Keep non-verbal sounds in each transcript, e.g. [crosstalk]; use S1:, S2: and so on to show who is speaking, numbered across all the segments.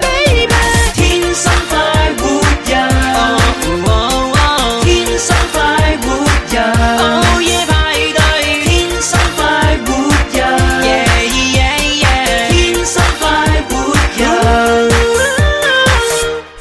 S1: baby，天生快活人哦哦哦天生快活人，哦耶派對，天生快活人，yeah yeah yeah，天生快活人。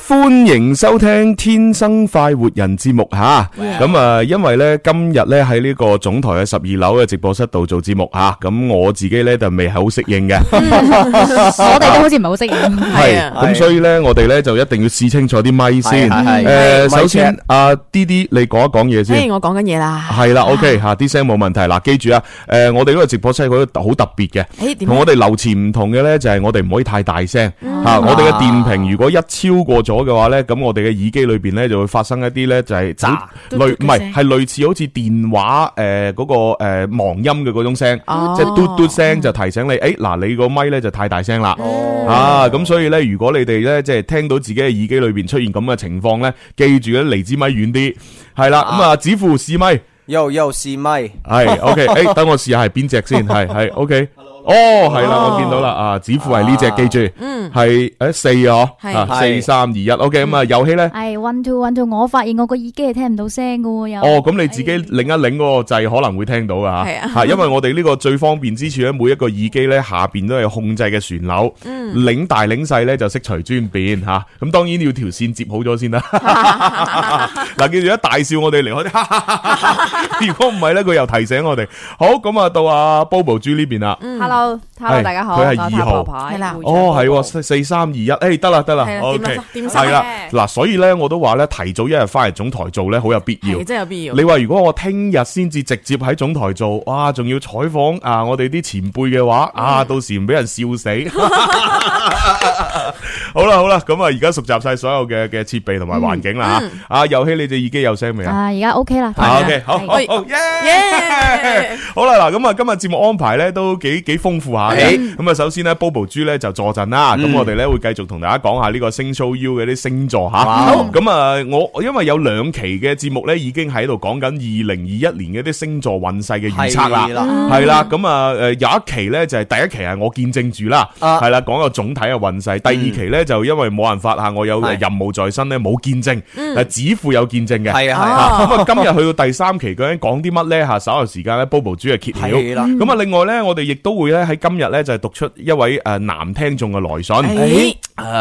S2: 欢迎收听《天生快活人》节目吓，咁啊，因为咧今日咧喺呢个总台嘅十二楼嘅直播室度做节目吓，咁我自己咧就未系好适应嘅，
S3: 我哋都好似唔係好識應。
S2: 系咁，所以咧我哋咧就一定要试清楚啲咪先。诶，首先阿 D D，你讲一讲嘢先
S4: 嘿，。我講緊嘢啦。
S2: 系啦，OK 吓，啲聲冇問題。嗱，記住啊，诶，我哋嗰個直播室嗰個好特別
S4: 誒
S2: 嘅，
S4: 點啊嗯
S2: 同我哋流前唔同嘅咧，就係我哋唔可以太大聲吓。我
S4: 啊
S2: 哋嘅電瓶如果一超過咗嘅話咧，咁我哋嘅耳機裏边咧就會發生一啲咧就係炸類唔係係類似好似電話诶嗰個诶忙音嘅嗰種聲，
S4: 哦
S2: 即係嘟嘟聲就提醒你，诶嗱你個咪咧就太大聲啦。
S4: 哦
S2: 啊，咁所以咧，如果你哋咧即係聽到自己嘅耳機裏边出現咁嘅情況咧，記住咧離支咪遠啲，係啦，咁
S4: 哦
S2: 啊指乎試咪。
S5: 又又試咪，
S2: 系，OK，诶，等我試下係邊只先，係係 o k 哦，係啦，我見到啦，啊，指父係呢只，記住，係诶四啊，
S4: 係
S2: 啊四三二一，OK，咁啊，遊戲咧，
S3: 係 one two one two，我發現我個耳機係聽唔到聲噶喎，又
S2: 哦，咁你自己擰一擰嗰個掣，可能會聽到噶
S4: 哎係
S2: 吓，嚇
S4: 啊
S2: 因為我哋呢個最方便之處咧，每一個耳機咧下边都係控制嘅旋鈕，
S4: 嗯
S2: 擰大擰細咧就識隨專變吓，咁當然要條線接好咗先啦。 [laughs] 嗱，記住一大笑我哋離開啲，如 [laughs] 果唔係咧，佢又提醒我哋。好，咁啊到阿 Bobo 豬呢邊啦。
S4: 嗯
S6: Hello，Hello，
S2: 係
S6: 大家好，
S2: 佢係
S6: 我
S2: 二號
S6: 塔羅牌
S4: 係啦
S6: 會長
S2: 哦，係喎，四四三二一，诶，得啦得啦
S4: 係啦
S2: ，O
S4: 掂
S2: K，
S4: 啦掂
S2: 係
S4: 晒
S2: 啦，
S4: 咧
S2: 嗱，所以咧，我都話咧，提早一日翻嚟總台做咧，好有必要
S4: 係。真係有必要。
S2: 你話如果我聽日先至直接喺總台做，哇，仲要採訪啊我哋啲前輩嘅話，啊，到時唔俾人笑死。 [laughs] 好啦好啦，咁啊，而家熟習晒所有嘅嘅設備同埋環境啦吓。啊，遊戲你隻耳機有聲未啊？
S3: 啊而家 OK 啦。
S2: 啊，OK，好，好，
S3: 係
S2: 好
S4: 喂
S2: 耶
S4: 耶！
S2: 好啦，嗱，咁啊，今日節目安排咧都幾幾豐富下嘅。咁啊，首先咧，Bobo 豬咧就坐陣啦。咁我哋咧會繼續同大家講下呢個星 show U 嘅啲星座吓。好，咁啊，我因為有兩期嘅節目咧已經喺度講緊二零二一年嘅啲星座運勢嘅預測啦
S5: 係。啦，
S2: 係啦，咁啊，诶有一期咧就係第一期係我見證住啦，
S5: 啊嗯
S2: 係啦，講個總體嘅運勢。第二期咧就因為冇辦法吓，我有任
S5: 係嗯
S2: 務在身咧，冇見證，诶指父有見證嘅。
S5: 係啊係啊，
S2: 啊咁啊，今日去到第三期究竟講啲乜咧？吓，稍後時間咧，Bobo 主嘅揭曉。
S5: 係啦，
S4: 嗯
S2: 咁啊，另外咧，我哋亦都會咧喺今日咧就係讀出一位诶男聽眾嘅來信。
S4: 咦
S2: 啊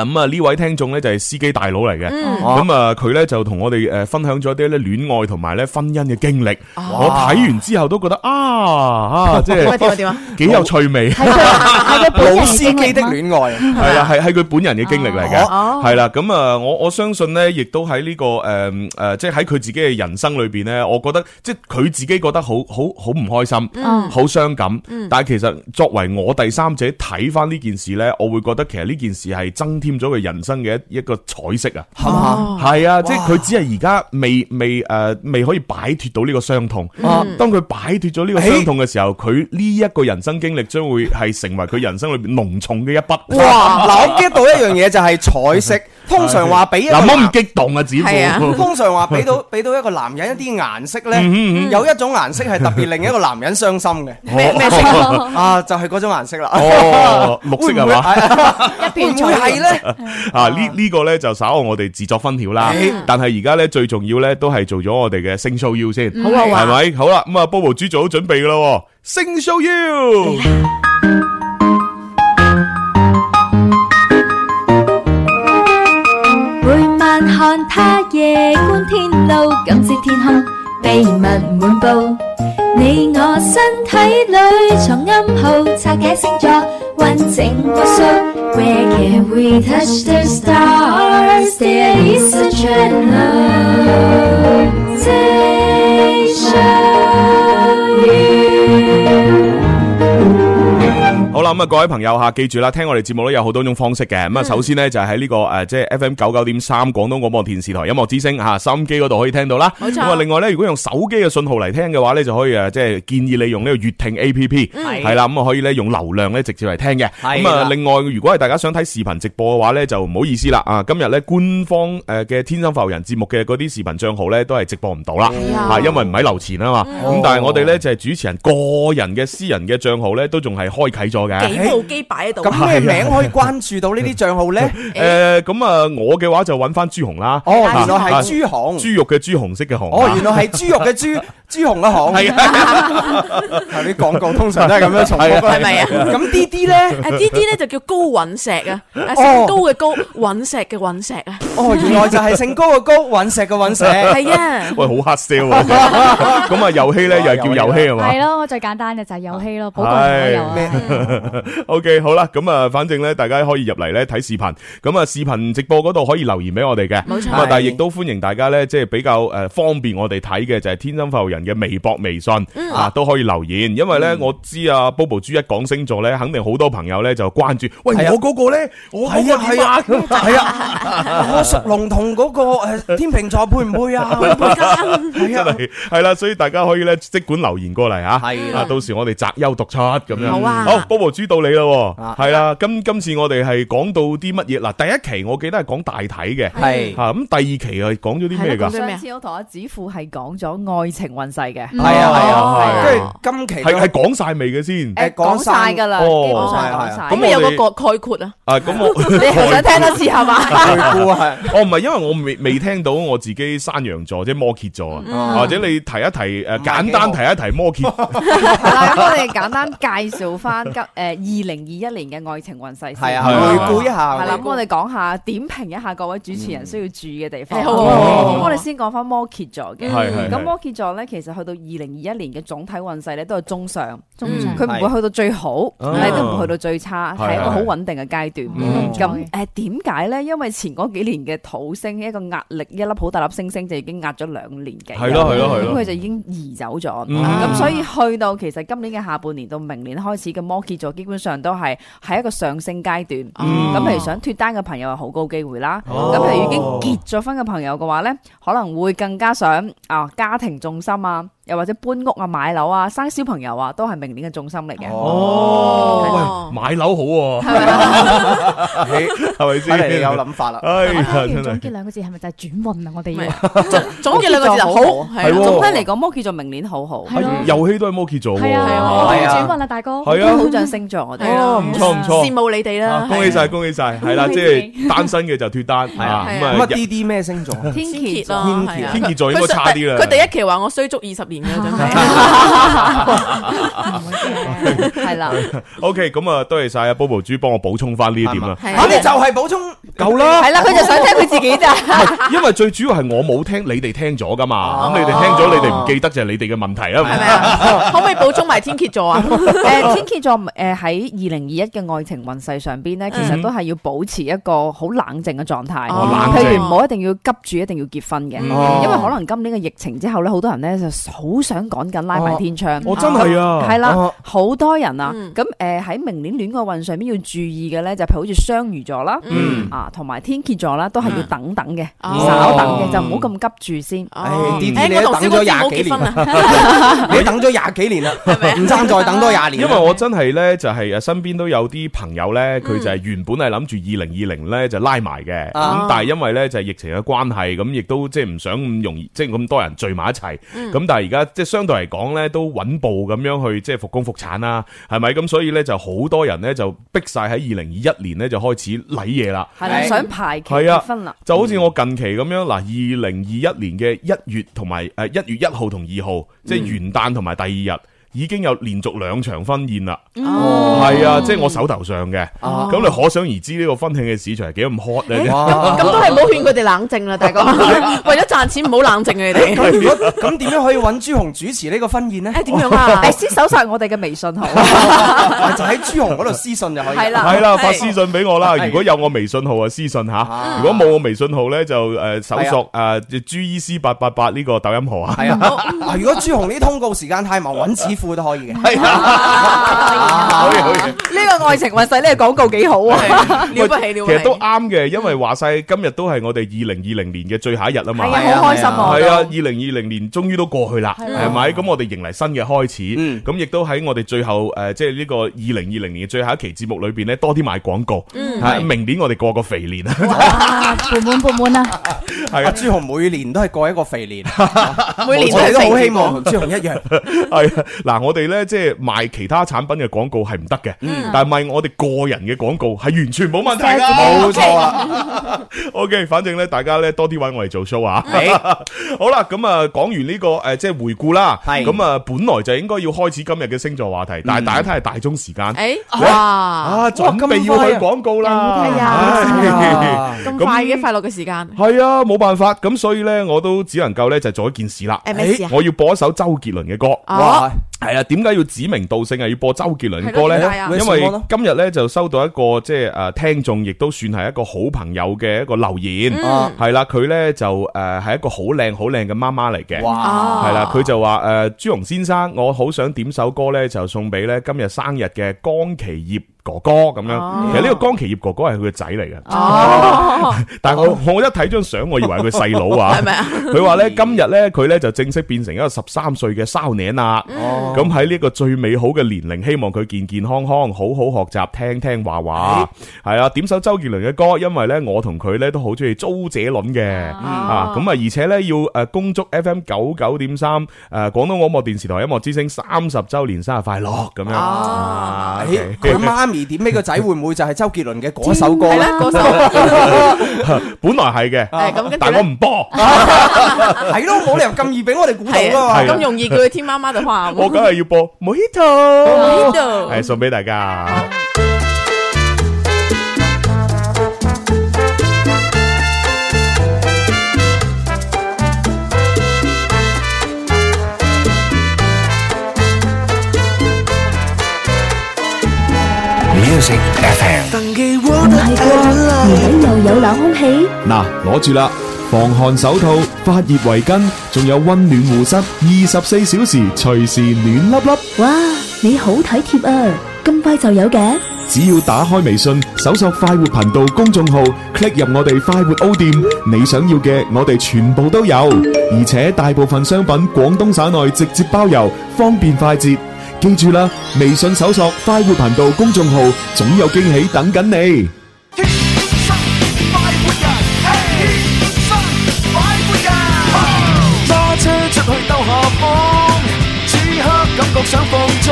S2: 咁啊，呢位聽眾咧就係司機大佬嚟嘅。
S5: 哦
S4: 嗯
S2: 咁啊，佢咧就同我哋呃诶分享咗啲咧戀愛同埋咧婚姻嘅經歷。我睇完之後都覺得啊啊，即
S4: 喂，
S2: 係
S4: 啊 [laughs] 點啊點啊？
S2: 幾有趣味。
S3: 係佢係佢本
S5: 老
S3: 人
S5: 司
S3: 嘅經
S5: 機的
S3: 歷
S5: 戀愛，
S2: 系啦，系系佢本人嘅經歷嚟
S4: 哦
S2: 嘅，係啦，咁啊，我我相信咧，亦都喺呢個诶诶，即係喺佢自己嘅人生裏边咧，我覺得即係佢自己覺得好好好唔開心，
S3: 嗯
S2: 好傷感，但係其實作為我第三者睇翻呢件事咧，我會覺得其實呢件事係增添咗佢人生嘅一一個彩色啊，
S5: 係嘛？
S2: 係啊，即係佢只係而家未未诶未可以擺脱到呢個傷痛，
S5: 哦
S2: 當佢擺脱咗呢個傷痛嘅時候，佢呢一個人生經歷將會係成為佢人生裏边濃重嘅一筆。
S5: 哇！嗱，我 get 到一樣嘢就係彩色，通常話俾一個
S2: 嗱，唔好
S5: 男
S2: 咁激動啊，子
S4: 係啊
S2: 富。
S5: [laughs] 通常話俾到俾到一個男人一啲顏色咧，
S2: 嗯
S5: 有一種顏色係特別令一個男人傷
S2: [laughs]
S5: 心嘅，
S2: 咩咩色？
S5: [laughs] 啊，就係嗰種顏色啦。
S2: 哦，綠色
S5: 會
S2: 係
S5: 唔會
S2: 嘛？
S5: [laughs]
S4: 一
S5: 會唔會係咧？
S2: 啊，呢呢個咧就稍後我哋自作分曉啦。
S4: 哎
S2: 但係而家咧最重要咧都係做咗我哋嘅星 show U 先，
S4: 好啊好啊
S2: 係咪？好啦，咁啊，Bobo 豬做好準備噶啦，星 show
S4: 哎
S2: U。
S7: 每晚看他夜觀天路，感知天空秘密滿布。你我身體裏藏暗號，拆解星座，完整無數。Where can we touch the stars? There is a translation.
S2: 好啦，咁啊，各位朋友吓，記住啦，聽我哋節目咧有好多種方式嘅。咁啊，首先呢，就係喺呢個诶，即係 FM 九九點三廣東廣播電視台音樂之聲吓，收音機嗰度可以聽到啦。
S4: 冇錯
S2: 咁啊，另外呢，如果用手機嘅信號嚟聽嘅話呢，就可以呃诶，即係建議你用呢個粵聽 A P P 係啦。咁啊，可以咧用流量咧直接嚟聽嘅。
S5: 係
S2: 咁啊
S5: 啦，
S2: 另外如果係大家想睇視頻直播嘅話呢，就唔好意思啦啊，今日呢，官方诶嘅天生浮人節目嘅嗰啲視頻帳號呢，都係直播唔到啦，
S4: 啊
S2: 吓，因為唔喺樓前啊嘛。咁但係我哋呢，就係主持人個人嘅私人嘅帳號呢，都仲係開啟咗嘅。
S5: 哎。
S4: 幾部機擺喺度。啊
S5: 咁咩名可以關注到呢啲帳號
S2: [laughs]
S5: 咧？
S2: 诶，咁啊，我嘅話就揾翻朱紅啦，
S5: 哦，原來係豬紅。
S2: 豬肉嘅豬，紅色嘅紅。啊
S5: 哦，原來係豬肉嘅豬， [laughs] 豬紅嘅紅。
S2: 係
S5: 啊，啲廣告通常都係咁樣重複。
S4: 係咪啊？
S5: 咁呢啲
S2: [laughs]
S5: 咧？
S4: 啊，呢啲呢就叫高隕石啊，啊，
S5: 哦。
S4: 姓高嘅高，隕石嘅隕石啊。
S5: 哦，原來就係姓高嘅高，隕石嘅隕石。
S4: 係啊。
S2: 喂，好黑 sell 喎！咁啊，遊戲咧
S5: 哦
S2: 又係叫遊戲係嘛
S3: 系咯，最簡單嘅就係遊戲咯，寶過唔遊啊。
S2: ？OK，好啦，咁啊，反正咧，大家可以入嚟咧睇視頻，咁啊，視頻直播嗰度可以留言俾我哋嘅。
S4: 冇錯
S2: 咁啊，但係亦都歡迎大家咧，即係比較诶方便我哋睇嘅就係天生浮人嘅微博、微信
S5: 嗯
S2: 啊，都可以留言。因為咧，我知啊，Bobo 豬一講星座咧，肯定好多朋友咧就關注。喂，
S5: 係啊
S2: 我嗰個咧，我嗰
S5: 係啊
S2: 個
S5: 係
S2: 點啊
S5: 啊？係啊，我屬龍同嗰個诶天秤座配唔配啊？配唔配
S4: [laughs]
S5: 係
S2: 真
S5: 啊，
S2: 系系啦，所以大家可以咧即管留言過嚟吓，
S5: 係
S2: 啊，到時我哋擇優讀出咁樣。
S4: 好啊
S2: 好，Bobo 豬到你啦喎，
S5: 啊
S2: 係啦，今今次我哋係講到啲乜嘢？嗱，第一期我記得係講大體嘅，
S5: 係
S2: 吓咁第二期係講咗啲咩
S4: 係啦
S2: 㗎？
S4: 講咗
S6: 上次我同阿子富係講咗愛情運勢嘅，
S5: 係啊係
S2: 哦
S5: 啊，跟住今期
S2: 係係講晒未嘅先？
S6: 誒講晒㗎啦，
S2: 哦
S6: 基本上講晒。
S2: 咁我哋
S4: 因為有個概括啊。
S2: 啊，咁我 [laughs]
S6: 你係想聽多次係 [laughs] 嘛？
S5: 回顧啊，
S2: 我唔係因為我未未聽到我自己山羊座即係摩羯座啊，
S5: 哦
S2: 或者你提一提诶
S5: 嗯唔係
S2: 简
S5: 幾
S2: 单提一提摩羯，
S6: 係啦，咁我哋簡單介紹翻今誒二零二一年嘅愛情運勢先。
S5: 係啊，
S2: 係啊
S5: 回顧一下。
S6: 係啦，咁我哋講下點評一下各位主持人需要注意嘅地方。
S4: 嗯
S6: 咁
S4: 好
S2: 好好
S6: 我哋先講翻摩羯座嘅。
S2: 嗯係係係
S6: 咁摩羯座咧，其實去到二零二一年嘅總體運勢咧，都係中上，
S3: 中
S4: 嗯
S6: 佢唔會去到最好，
S2: 嗯
S6: 但係都唔會去到最差，
S2: 係
S6: 係一個
S2: 係
S6: 好穩定嘅階
S2: 嗯
S6: 段。咁誒點解咧？因為前嗰幾年嘅土星一個壓力，一粒好大粒星星就已經壓咗兩年幾。
S2: 係咯係咯係
S6: 咁
S2: 咯
S6: 佢，就已經移走咗，
S2: 嗯
S6: 咁所以去到其實今年嘅下半年到明年開始嘅摩羯座，基本上都係喺一個上升階段。
S2: 嗯
S6: 咁譬如想脱單嘅朋友係好高機會啦。
S2: 哦
S6: 咁譬如已經結咗婚嘅朋友嘅話呢，可能會更加想啊家庭重心啊，又或者搬屋啊、買樓啊、生小朋友啊，都係明年嘅重心嚟嘅。
S2: 哦，喂，買樓好喎，係咪先
S5: 睇嚟你有？諗法 [laughs] 啦。
S2: 哎呀，
S3: 聽
S2: 真
S3: 完總
S2: 係
S3: 結兩個字係咪就係轉運啊？我哋要
S2: [laughs]
S4: 總結兩個字就好，
S6: 好，
S4: 係啊。
S2: 係喎。
S6: 總體嚟講，摩羯座明年好好，
S3: 係咯，
S2: 哎遊戲都係啊摩羯座喎，
S3: 係啊，
S4: 喎
S3: 我哋
S5: 係啊
S3: 轉運啦，大哥。
S2: 係啊
S6: 好像星座我哋。
S4: 係啊。
S2: 哦，唔錯唔錯，
S4: 羨慕你哋啦，
S2: 啊恭喜晒恭喜晒，係啦，即係單身嘅就脱單，啊
S4: 係啊
S2: 咁
S5: 咁啊
S2: 啊，
S5: ，D D 咩星座？
S6: 天蠍座
S4: 天
S5: 天蠍。
S4: 蠍咯，係啊。
S2: 天蠍座
S4: 佢-
S2: 應該
S4: 佢-
S2: 差啲啦，啊
S4: 佢第一期話我衰足20年嘅，真係。
S2: [laughs]
S6: 係啦，
S2: OK，咁啊，多謝晒啊 Bobo 豬幫我補充翻呢一點啦，
S4: 係啊。
S5: 嚇，你就係補充夠啦。
S6: 係啦，佢就想聽佢自己咋。
S2: 因為最主要係我冇聽，你哋聽咗噶嘛，咁你哋聽咗，你哋唔記得就係你哋嘅問題啦。 [laughs]
S4: 係咪啊？可唔可以補充埋天蠍座啊？
S2: 哦
S6: 誒天蝎座誒喺二零二一嘅愛情運勢上
S2: 嗯
S6: 邊咧，其實都係要保持一個好冷靜嘅狀態，
S4: 哦
S2: 冷靜嗯
S6: 譬如唔好一定要急住，一定要結婚嘅，
S5: 哦
S6: 因為可能今年嘅疫情之後咧，好多人咧就好想趕緊拉埋天窗。
S2: 哦我真係啊，
S6: 係啦
S5: 哦，
S6: 好多人啊
S4: 嗯，
S6: 咁誒喺明年戀愛運上面要注意嘅咧，就譬如好似雙魚座啦，
S2: 嗯哦
S6: 啊同埋天蠍座啦，都係要等等嘅，
S4: 嗯
S6: 稍等嘅，就唔好咁急住先。
S4: 哦。
S5: 唉，啲-
S4: 誒，
S5: 啲你
S4: 我同
S5: 都等
S4: 小
S5: 咗
S4: 公子冇
S5: 廿幾
S4: 結婚
S5: 年
S4: 啊。
S5: 你等咗廿幾年啦，唔爭再等多廿年。
S2: 因為我真係咧，就係誒呃身邊都有啲朋友咧，佢就係原本係諗住二零二零咧就拉埋嘅，咁
S5: 啊
S2: 但係因為咧就係疫情嘅關係，咁亦都即係唔想咁容易，即係咁多人聚埋一齊。咁但係而家即係相對嚟講咧，都穩步咁樣去即係復工復產啦，係咪？咁所以咧就好多人咧就逼晒喺二零二一年咧就開始禮嘢啦。
S6: 係啦，
S5: 係
S6: 想排期
S2: 係
S6: 結
S2: 啊
S6: 婚啦，
S2: 就好似我近期咁樣，嗱，二零二一年嘅一月同埋誒一月一號同二號，即係元旦同埋第二日。已經有連續兩場婚宴啦，係啊，即係我手頭上嘅，
S5: 哦
S2: 咁你可想而知呢個婚慶嘅市場係幾咁 hot 咧。
S5: 哇
S4: 咁
S2: [laughs]
S4: -咁都係唔好勸佢哋冷靜啦，大哥。為咗賺錢，唔好冷靜啊，你哋。
S5: 咁如果咁點樣可以揾朱紅主持呢個婚宴呢？
S4: [laughs] 誒，點樣啊？
S6: 誒先搜殺我哋嘅微信號。
S5: [laughs] 就喺朱紅嗰度私信就可以。
S6: 係啦
S2: 係啦，
S4: 係
S2: 發私信俾我啦。
S5: 係
S2: 如果有我微信號啊，私信吓；
S5: 啊
S2: 如果冇我微信號咧，就誒搜索呃誒 G E C 八八八呢個抖音號啊。
S5: 係啊，嗱，如果朱紅呢啲通告時間太忙，揾子褲都可以嘅。
S2: 系啊，好嘢好嘢。
S6: 呢個愛情運勢呢個廣告幾好啊！
S4: 了不起了
S2: 其實都
S4: 不起。
S2: 啱嘅，因為話晒今日都係我哋二零二零年嘅最後一日啊嘛。
S6: [laughs] 係啊，好開心啊！我
S2: 係
S6: 都
S2: 啊，二零二零年終於都過去啦，係咪？咁我哋迎嚟新嘅開始，
S5: 嗯
S2: 咁亦都喺我哋最後诶，呃即係呢個二零二零年嘅最後一期節目裏边咧，多啲賣廣告。係明年我哋過個肥年
S3: [laughs]
S2: 啊，
S3: 啊，盤滿盤滿啊！
S2: 係
S5: 阿
S2: 啊，
S5: 朱紅每年都係過一個肥年，
S4: [laughs] 每年
S5: 我哋都
S4: 肥
S5: 好
S4: 年
S5: 希望同朱紅
S4: [laughs]
S5: 一樣。
S2: 係啊。嗱，我哋咧即係賣其他產品嘅廣告係唔得嘅，但係賣我哋個人嘅廣告係完全冇問題㗎。
S5: 冇錯啊啦，
S2: [laughs] OK，反正咧，大家咧多啲揾我嚟做 show 啊！ [laughs]
S4: 哎
S2: 好啦，咁啊，講完呢個诶，即係回顧啦。
S5: 係嗯
S2: 咁啊，本來就應該要開始今日嘅星座話題，但係大家睇下大鐘時間
S4: 诶，哇，
S2: 啊，準備要去廣告啦。
S6: 咁快啊
S2: 唉
S6: 係
S5: 啊
S4: 咁快嘅快樂嘅時間，
S2: 係啊，冇辦法，咁所以咧，我都只能夠咧就做一件事啦。
S4: 誒咩事啊
S2: 我要播一首周杰倫嘅歌。
S4: 哦，
S2: 係啊，點解要指名道姓係要播周杰倫嘅歌
S4: 係咯點
S2: 咧？
S4: 解啊
S2: 因為今日咧就收到一個即係诶聽眾，亦都算係一個好朋友嘅一個留言。
S4: 嗯
S5: 啊
S2: 系啦，佢咧就诶系一個好靚好靚嘅媽媽嚟嘅。
S5: 哇！
S4: 哦
S2: 係啦，佢就話诶、誒朱紅先生，我好想點首歌咧，就送俾咧今日生日嘅江其業哥哥咁樣。
S4: 哦啊
S2: 其實呢個江其業哥哥係佢嘅仔嚟嘅，
S4: 哦，
S2: 但係我我一睇張相，我以為係佢細佬啊
S4: [laughs] 係。咪啊？
S2: 佢話咧今日咧佢咧就正式變成一個十三歲嘅少年啦。
S4: 嗯
S5: 哦
S2: 咁喺呢個最美好嘅年齡，希望佢健健康康，好好學習，聽聽話話。
S4: 哎
S2: 係啊，點首周杰倫嘅歌，因為咧我同佢咧都好中意租姐倫嘅。啊，咁啊，而且咧要诶恭祝 FM 九九點三诶廣東廣播電視台音樂之星三十周年生日快樂咁樣。啊 OK
S5: 誒哎佢媽咪點俾個仔，會唔會就係周杰倫嘅嗰首歌
S4: 係
S5: 咧
S4: 啦？，
S2: [laughs]
S4: 嗰首
S2: [laughs] 本來係嘅，
S4: 誒咁跟住
S2: 但我
S4: 咧。
S2: 唔播，
S5: 係咯，冇理由咁易俾我哋估到
S4: 嗯係
S5: 噶
S4: 啊，
S5: 嘛
S2: 係。啊
S4: 咁容易叫佢天媽媽就話
S2: 我梗係要播
S4: 喺
S2: Mojito，
S4: 度
S2: 係送俾大家。
S8: Music FM.
S7: 而喺度有冷空氣。
S2: 嗱，攞住啦，防汗手套、發熱圍巾，仲有温暖護膝，二十四小時隨時暖粒粒。
S7: 哇，你好體貼啊！咁快就有嘅，
S2: 只要打開微信，搜索快活頻道公眾號，click 入我哋快活 O 店，你想要嘅我哋全部都有，而且大部分商品廣東省內直接包郵，方便快捷。記住啦，微信搜索快活頻道公眾號，總有驚喜等緊你。
S9: 揸車出去兜下風，此刻感覺想放縱，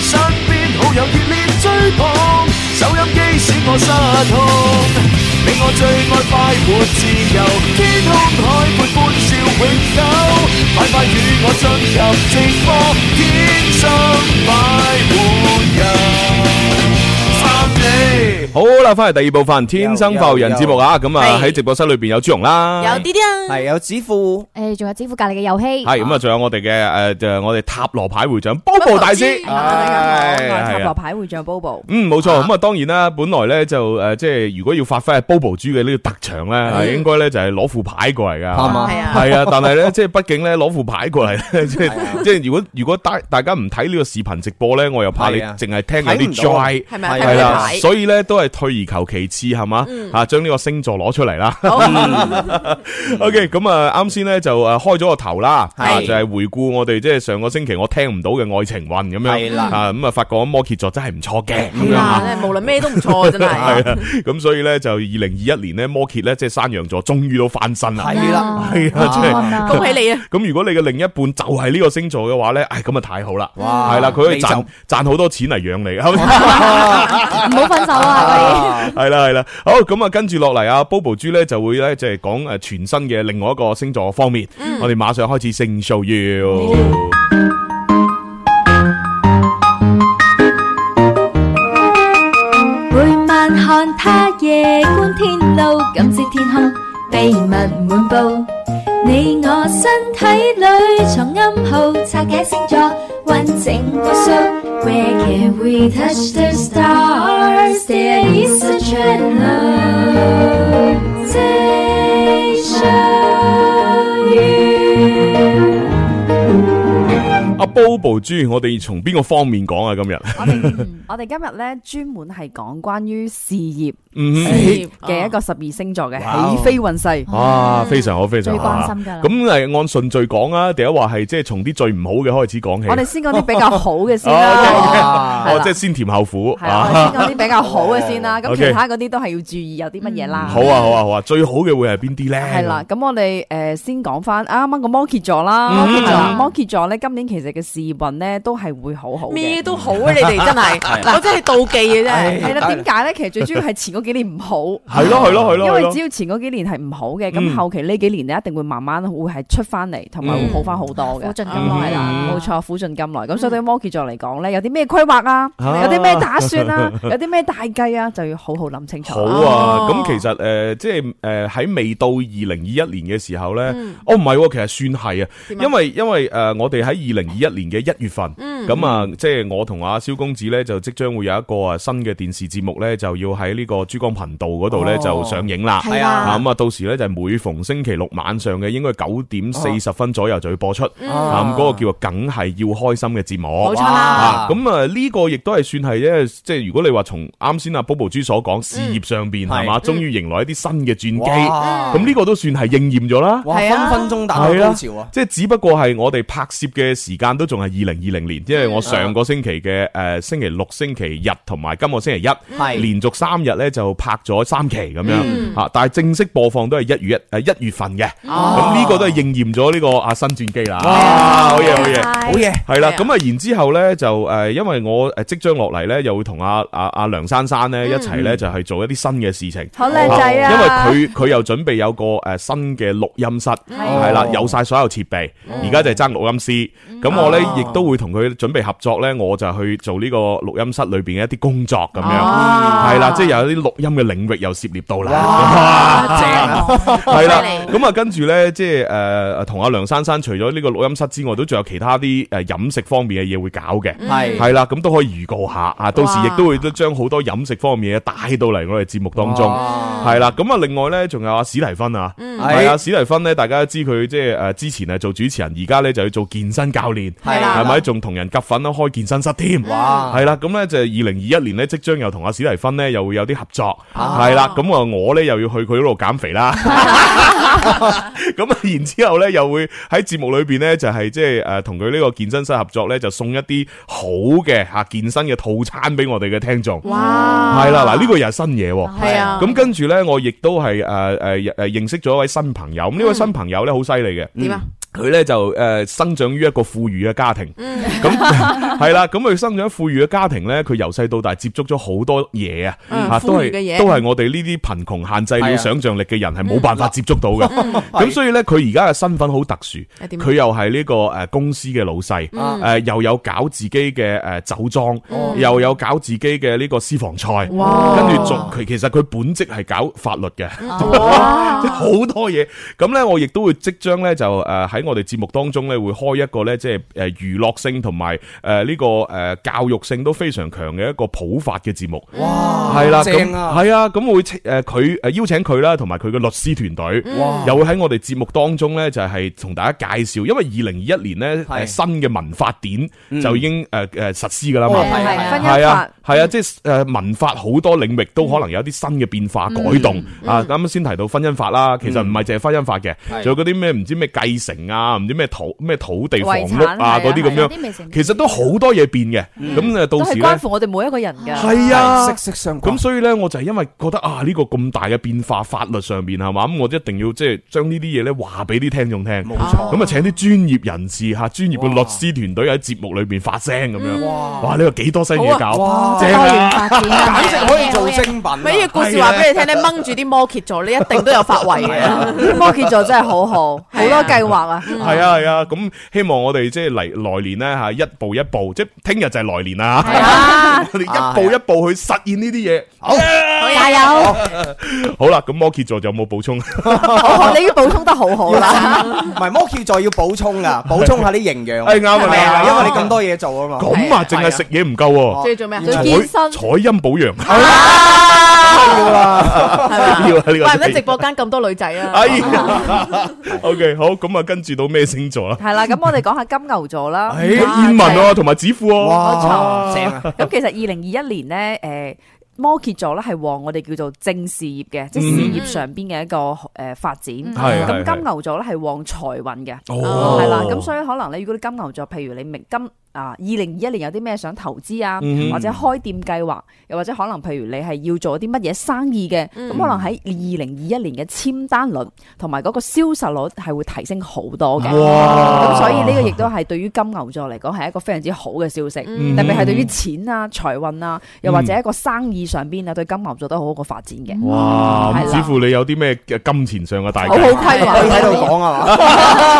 S9: 身邊好友熱烈追捧，收音機使我失控。你我最愛快活自由，天空海闊歡笑永久，快快與我進入直播，天生快活人，翻你。
S2: 好啦，翻嚟第二部分《天
S5: 生快活人節目
S2: 啊，咁
S4: 啊係喺
S2: 直播室裏邊有朱紅啦
S4: 有啲啲啊，
S5: 係有指父。
S3: 誒，仲有指父隔離嘅遊戲，
S2: 系咁啊，仲有我哋嘅诶，就係我哋塔羅牌會長 Bobo 大師，
S4: Bobo 啊
S6: 大家好，我係塔
S2: 係
S6: 羅
S2: 啊。
S6: 牌會長 Bobo。
S2: 嗯，冇錯。咁啊，當然啦，本來咧就诶，即係如果要發揮係 Bobo 豬嘅呢個特長咧，係應該咧就係攞副牌過嚟
S5: 啱
S2: 㗎。
S5: 啊
S4: 係啊，
S2: 係啊，但係咧，即係畢竟咧攞副牌過
S6: [laughs]
S2: 嚟
S6: 啊
S2: 咧，即係即係如果如果大大家唔睇呢個視頻直播咧，我又怕你
S5: 係啊
S2: 淨係聽有啲
S5: 睇唔到
S2: dry。
S4: 係咪啊？
S5: 係
S2: 係
S4: 睇
S2: 啦
S4: 佢，
S2: 所以咧都係退而求其次，係嘛
S4: 嗯
S2: 吓，將呢個星座攞出嚟啦。
S4: 牌，好
S2: OK，咁啊，啱先咧就诶开咗個頭啦，
S5: 係
S2: 啊就係回顧我哋即係上個星期我聽唔到嘅愛情運咁樣，
S5: 係啦
S2: 啊咁啊發覺摩羯座真係唔錯嘅咁樣
S4: 哇！
S2: 吓。
S4: 真係無論咩都唔
S2: [laughs]
S4: 錯，真係。
S2: 系啊，咁所以咧就二零二一年咧摩羯咧即係山羊座終於都翻身啦，
S5: 係啦，
S3: 啊
S2: 係啊，真係。
S3: 安啊
S4: 恭喜你啊！
S2: 咁如果你嘅另一半就係呢個星座嘅話咧，唉咁啊太好啦，
S5: 哇
S2: 係啦，佢可以
S5: 你就
S2: 賺賺好多錢嚟養你，係咪
S3: 唔好分手啊！
S2: 係啦係啦，好咁啊，跟住落嚟啊，Bobo 豬咧就會咧即係講誒全新嘅另外一個星座方面，
S6: 嗯
S2: 我哋馬上開始星數要。
S7: 每晚看他夜觀天路，感知天空秘密滿布。你我身體裏藏暗號，拆解星座，完整個數。Where can we touch the stars? There is a translation.
S2: 阿 Bobo Bobo 豬，我哋從邊個方面講啊？今日
S6: 我哋我哋今日咧專門係講關於事業 [laughs]
S2: 嗯
S6: 哎
S4: 事業
S6: 嘅一個十二星座嘅
S2: 哇哦
S6: 起飛運勢。
S2: 啊，非常好，非常好
S3: 最關
S2: 啊。
S3: 心㗎啦
S2: 咁誒，按順序講啊，第一話係即係從啲最唔好嘅開始講起。
S6: 我哋先講啲比較好嘅先
S2: 哦
S6: 啦。係
S2: 哦
S6: 啦，
S2: 即係先甜後苦
S6: 係啦，我
S2: 啊。哦
S6: 哋先講啲比較好嘅先啦。咁
S2: OK
S6: 其他嗰啲都係要注意有啲乜嘢啦。
S2: 好啊，好啊，好啊，最好嘅會係邊啲咧？
S6: 系啦，咁我哋诶先講翻啱啱個摩羯座啦，
S2: 嗯
S6: 係啦摩羯座咧今年其實嘅事業運咧都係會好好嘅。
S4: 咩都好啊！你哋真係，嗱我真係妒忌嘅
S5: 唉
S4: 啫。
S6: 係啦，點解咧？其實最主要係前嗰幾年唔好，
S2: 係咯，係咯，係咯，係
S6: 因為
S2: 咯
S6: 只要前嗰幾年係唔好嘅，
S2: 嗯嗯
S6: 咁後期呢幾年你一定會慢慢會係出翻嚟，同埋會好翻好嗯多嘅。
S3: 苦盡
S2: 甘來
S6: 係啦
S3: 啦，
S6: 冇錯，苦盡甘來。咁所以對摩羯座嚟講咧，有啲咩規劃啊，
S2: 啊
S6: 有啲咩打算啊，有啲咩大計啊，就要好好諗清楚
S2: 好。啊，咁其實诶、呃即係诶喺未到二零二一年嘅時候咧，哦唔係喎，其實算係啊，
S4: 點啊
S2: 因為因為诶、呃我哋喺二零二一年嘅一月份，咁啊、即係我同阿蕭公子咧就即將會有一個啊新嘅電視節目咧，就要喺呢個珠江頻道嗰度咧
S4: 哦
S2: 就上映啦。
S3: 係
S2: 啊
S3: 啦，
S2: 咁啊，到時咧就係每逢星期六晚上嘅，應該九點四十分左右就要播出。啊，咁嗰個叫做梗係要開心嘅節目。
S4: 冇錯啦，
S2: 啊，咁啊呢個亦都係算係咧，即係如果你話從啱先阿 Bobo 豬所講事業上邊係嘛，終於迎來一啲新嘅轉機，
S5: 哇
S2: 咁呢個都算係應驗咗啦。
S5: 哇，
S4: 係啊
S5: 分分鐘打到高潮啊！
S2: 即係只不過係我哋拍攝嘅時間都仲係二零二零年，因為我上個星期嘅誒、呃星期六、星期日同埋今個星期一。
S5: 係
S2: 連續三日咧就拍咗三期咁樣吓，但係正式播放都係一月呃一诶一月份嘅，咁呢個都係應驗咗呢個啊新轉機啦。哇，好嘢好嘢！
S5: 好嘢，
S2: 系啦，
S4: 係啊
S2: 咁啊，然之後咧就诶，因為我诶即將落嚟咧，又會同阿阿阿梁珊珊咧一齊咧就係做一啲新嘅事情。
S6: 好靚仔啊！
S2: 因為佢佢又準備有個诶新嘅錄音室，係啦，有晒所有設備，而家就係爭錄音師。咁我咧
S4: 哦
S2: 亦都會同佢準備合作咧，我就去做呢個錄音室裏边嘅一啲工作咁樣。
S6: 哦
S2: 係啦，即係有啲錄音嘅領域又涉獵到 [laughs] 啦，
S5: 哇，正啊！
S2: 係啦
S4: 犀。利
S2: 咁啊，跟住咧，即係诶，同阿梁珊珊除咗呢個錄音室之外，都仲有其他啲诶饮食方面嘅嘢會搞嘅。
S5: 係
S2: 係啦，咁都可以預告下啊！到時亦都會都將好多飲食方面嘅嘢帶到嚟我哋節目當中，係啦。咁啊，另外咧，仲有阿史提芬啊，
S5: 嗯
S2: 係啊，史提芬咧，大家都知佢即係诶呃之前啊係做主持人，而家咧就要做健身教練，
S5: 係啦
S2: 係咪？仲同人夾粉啦，開健身室添。
S4: 啊
S5: 哇
S2: 系啦，咁咧就二零二一年咧，即將又同阿史提芬咧又會有啲合作，
S5: 啊
S2: 係啦，咁啊我咧又要去佢嗰度減肥
S4: [laughs]
S2: 啦，咁啊然之後咧又會喺節目裏边咧就係即係诶同佢呢個健身室合作咧，就送一啲好嘅吓健身嘅套餐俾我哋嘅聽眾，
S4: 哇
S2: 係啦，嗱呢個又係新嘢喎。
S4: 係啊，
S2: 咁跟住咧，我亦都係呃诶诶诶认识咗一位新朋友，咁呢位新朋友咧好犀利嘅。
S4: 嗯點啊？
S2: 佢咧就诶、呃生長於一個富裕嘅家庭，
S4: 嗯
S2: 咁 [laughs] 係啦，咁佢生長喺富裕嘅家庭咧，佢由細到大接觸咗好多嘢啊，
S4: 嗯
S2: 啊都
S4: 富裕嘅
S2: 係
S4: 嘢
S2: 都係我哋呢啲貧窮限制
S5: 係啊
S2: 了想像力嘅人係冇辦法接觸到嘅，
S4: [laughs]
S2: 咁所以咧佢而家嘅身份好特殊，
S4: 嗯係點啊
S2: 佢又係呢個诶公司嘅老細，
S5: 嗯
S2: 诶又有搞自己嘅诶酒莊，又有搞自己嘅呢個私房菜，
S4: 哦哇
S2: 跟住仲佢其實佢本職係搞法律嘅。
S4: 哇
S2: [laughs] 即係好多嘢。咁咧，我亦都會即將咧就誒喺我哋節目當中咧會開一個咧即係誒娛樂性同埋誒呢個誒教育性都非常強嘅一個普法嘅節目。
S5: 哇，
S2: 係啦，咁
S5: 正啊
S2: 係啊，咁我會請誒佢誒邀請佢啦，同埋佢嘅律師團隊，
S5: 嗯哇
S2: 又會喺我哋節目當中咧就係同大家介紹，因為二零二一年咧誒
S5: 係
S2: 新嘅民法典就已經誒誒實施㗎啦嘛
S5: 哦。
S6: 係係婚
S2: 系
S6: 姻
S2: 啊
S6: 法，
S2: 系啊，即系诶文法好多領域都可能有啲新嘅變化改動啊！啱啱先提到婚姻法啦，其實唔係淨係婚姻法嘅，
S5: 係
S2: 仲有嗰啲咩唔知咩繼承啊，唔知咩土咩土地房
S6: 遺
S2: 屋
S6: 產係
S2: 啊
S6: 啊
S2: 嗰啲咁
S6: 係
S2: 樣，
S3: 啲未成年
S2: 其實都好多嘢變嘅。咁诶，
S6: 都
S2: 到時
S6: 係
S2: 咧
S6: 關乎我哋每一個人嘅。
S2: 係啊
S5: 息。息相關
S2: 咁。所以咧，我就係因為覺得啊，呢個咁大嘅變化，法律上面係嘛，咁我一定要即係將呢啲嘢咧話俾啲聽眾聽。
S5: 冇錯，
S2: 咁啊，請啲專業人士嚇，專業嘅律師團隊喺節目裏邊發聲咁樣。哇！呢個幾多新嘢搞，
S5: 哇
S2: 正
S3: 多
S2: 啊！
S3: 元發展啊，
S5: 簡直可以做精品啊。
S4: 咪呢個故事話俾你聽咧，掹住啲摩羯座，你一定都有發圍啊嘅。
S6: 摩羯座真係好好，
S2: [laughs]
S6: 好多計劃啊！
S2: 系啊系啊，咁希望我哋即系嚟來年咧吓，一步一步，即系听日就係來年啦。 [laughs] 我哋一步一步去實現呢啲嘢。
S3: 加
S2: 哦
S3: 油！
S2: 好啦，咁摩羯座仲有冇補充？
S6: 好，你已經補充得好好
S2: [laughs]
S6: 啦。
S5: 唔係摩羯座要補充 [laughs] 啊，補充下啲營養。
S2: 係啱啊
S5: 係咪
S2: 啱啊
S5: 因為你咁多嘢做啊嘛。
S2: 咁啊，淨係食嘢唔夠喎，
S4: 最做咩啊？
S6: 健身
S2: 彩音保養。
S5: 啊
S2: [laughs] 要
S4: 係嘛？
S2: 啊
S4: [laughs]
S2: 呢個
S4: 怪唔得直播間咁多女仔啊！
S2: 哎呀 [laughs] ，OK，好，咁啊，跟住到咩星座啦？
S6: 系啦，咁我哋講下金牛座啦。
S2: 诶，燕文啊，同埋子富啊，
S6: 冇錯。
S5: 正啊！
S6: 咁其實二零二一年咧，诶、摩羯座咧係往我哋叫做正事業嘅，即系事業上邊嘅一個诶、發展。
S2: 嗯係係
S6: 咁
S2: 係
S6: 金牛座咧係往財運嘅，
S2: 哦
S6: 係啦。咁所以可能你如果你金牛座，譬如你明金啊，二零二一年有啲咩想投資啊，
S2: 嗯
S6: 或者開店計劃，又或者可能譬如你係要做啲乜嘢生意嘅，咁、可能喺二零二一年嘅簽單率同埋嗰個銷售率係會提升好多嘅。
S2: 哇
S6: 咁所以呢個亦都係對於金牛座嚟講係一個非常之好嘅消息，
S2: 嗯
S6: 特別係對於錢啊、財運啊，又或者一個生意上邊啊，對金牛座都好好個發展嘅。
S2: 哇，
S6: 係
S2: 咁
S6: 啦
S2: 子富你有啲咩嘅金錢上嘅大
S4: 好好
S2: 計？
S4: 規
S5: 可以喺度
S4: 劃，
S5: 講啊嘛，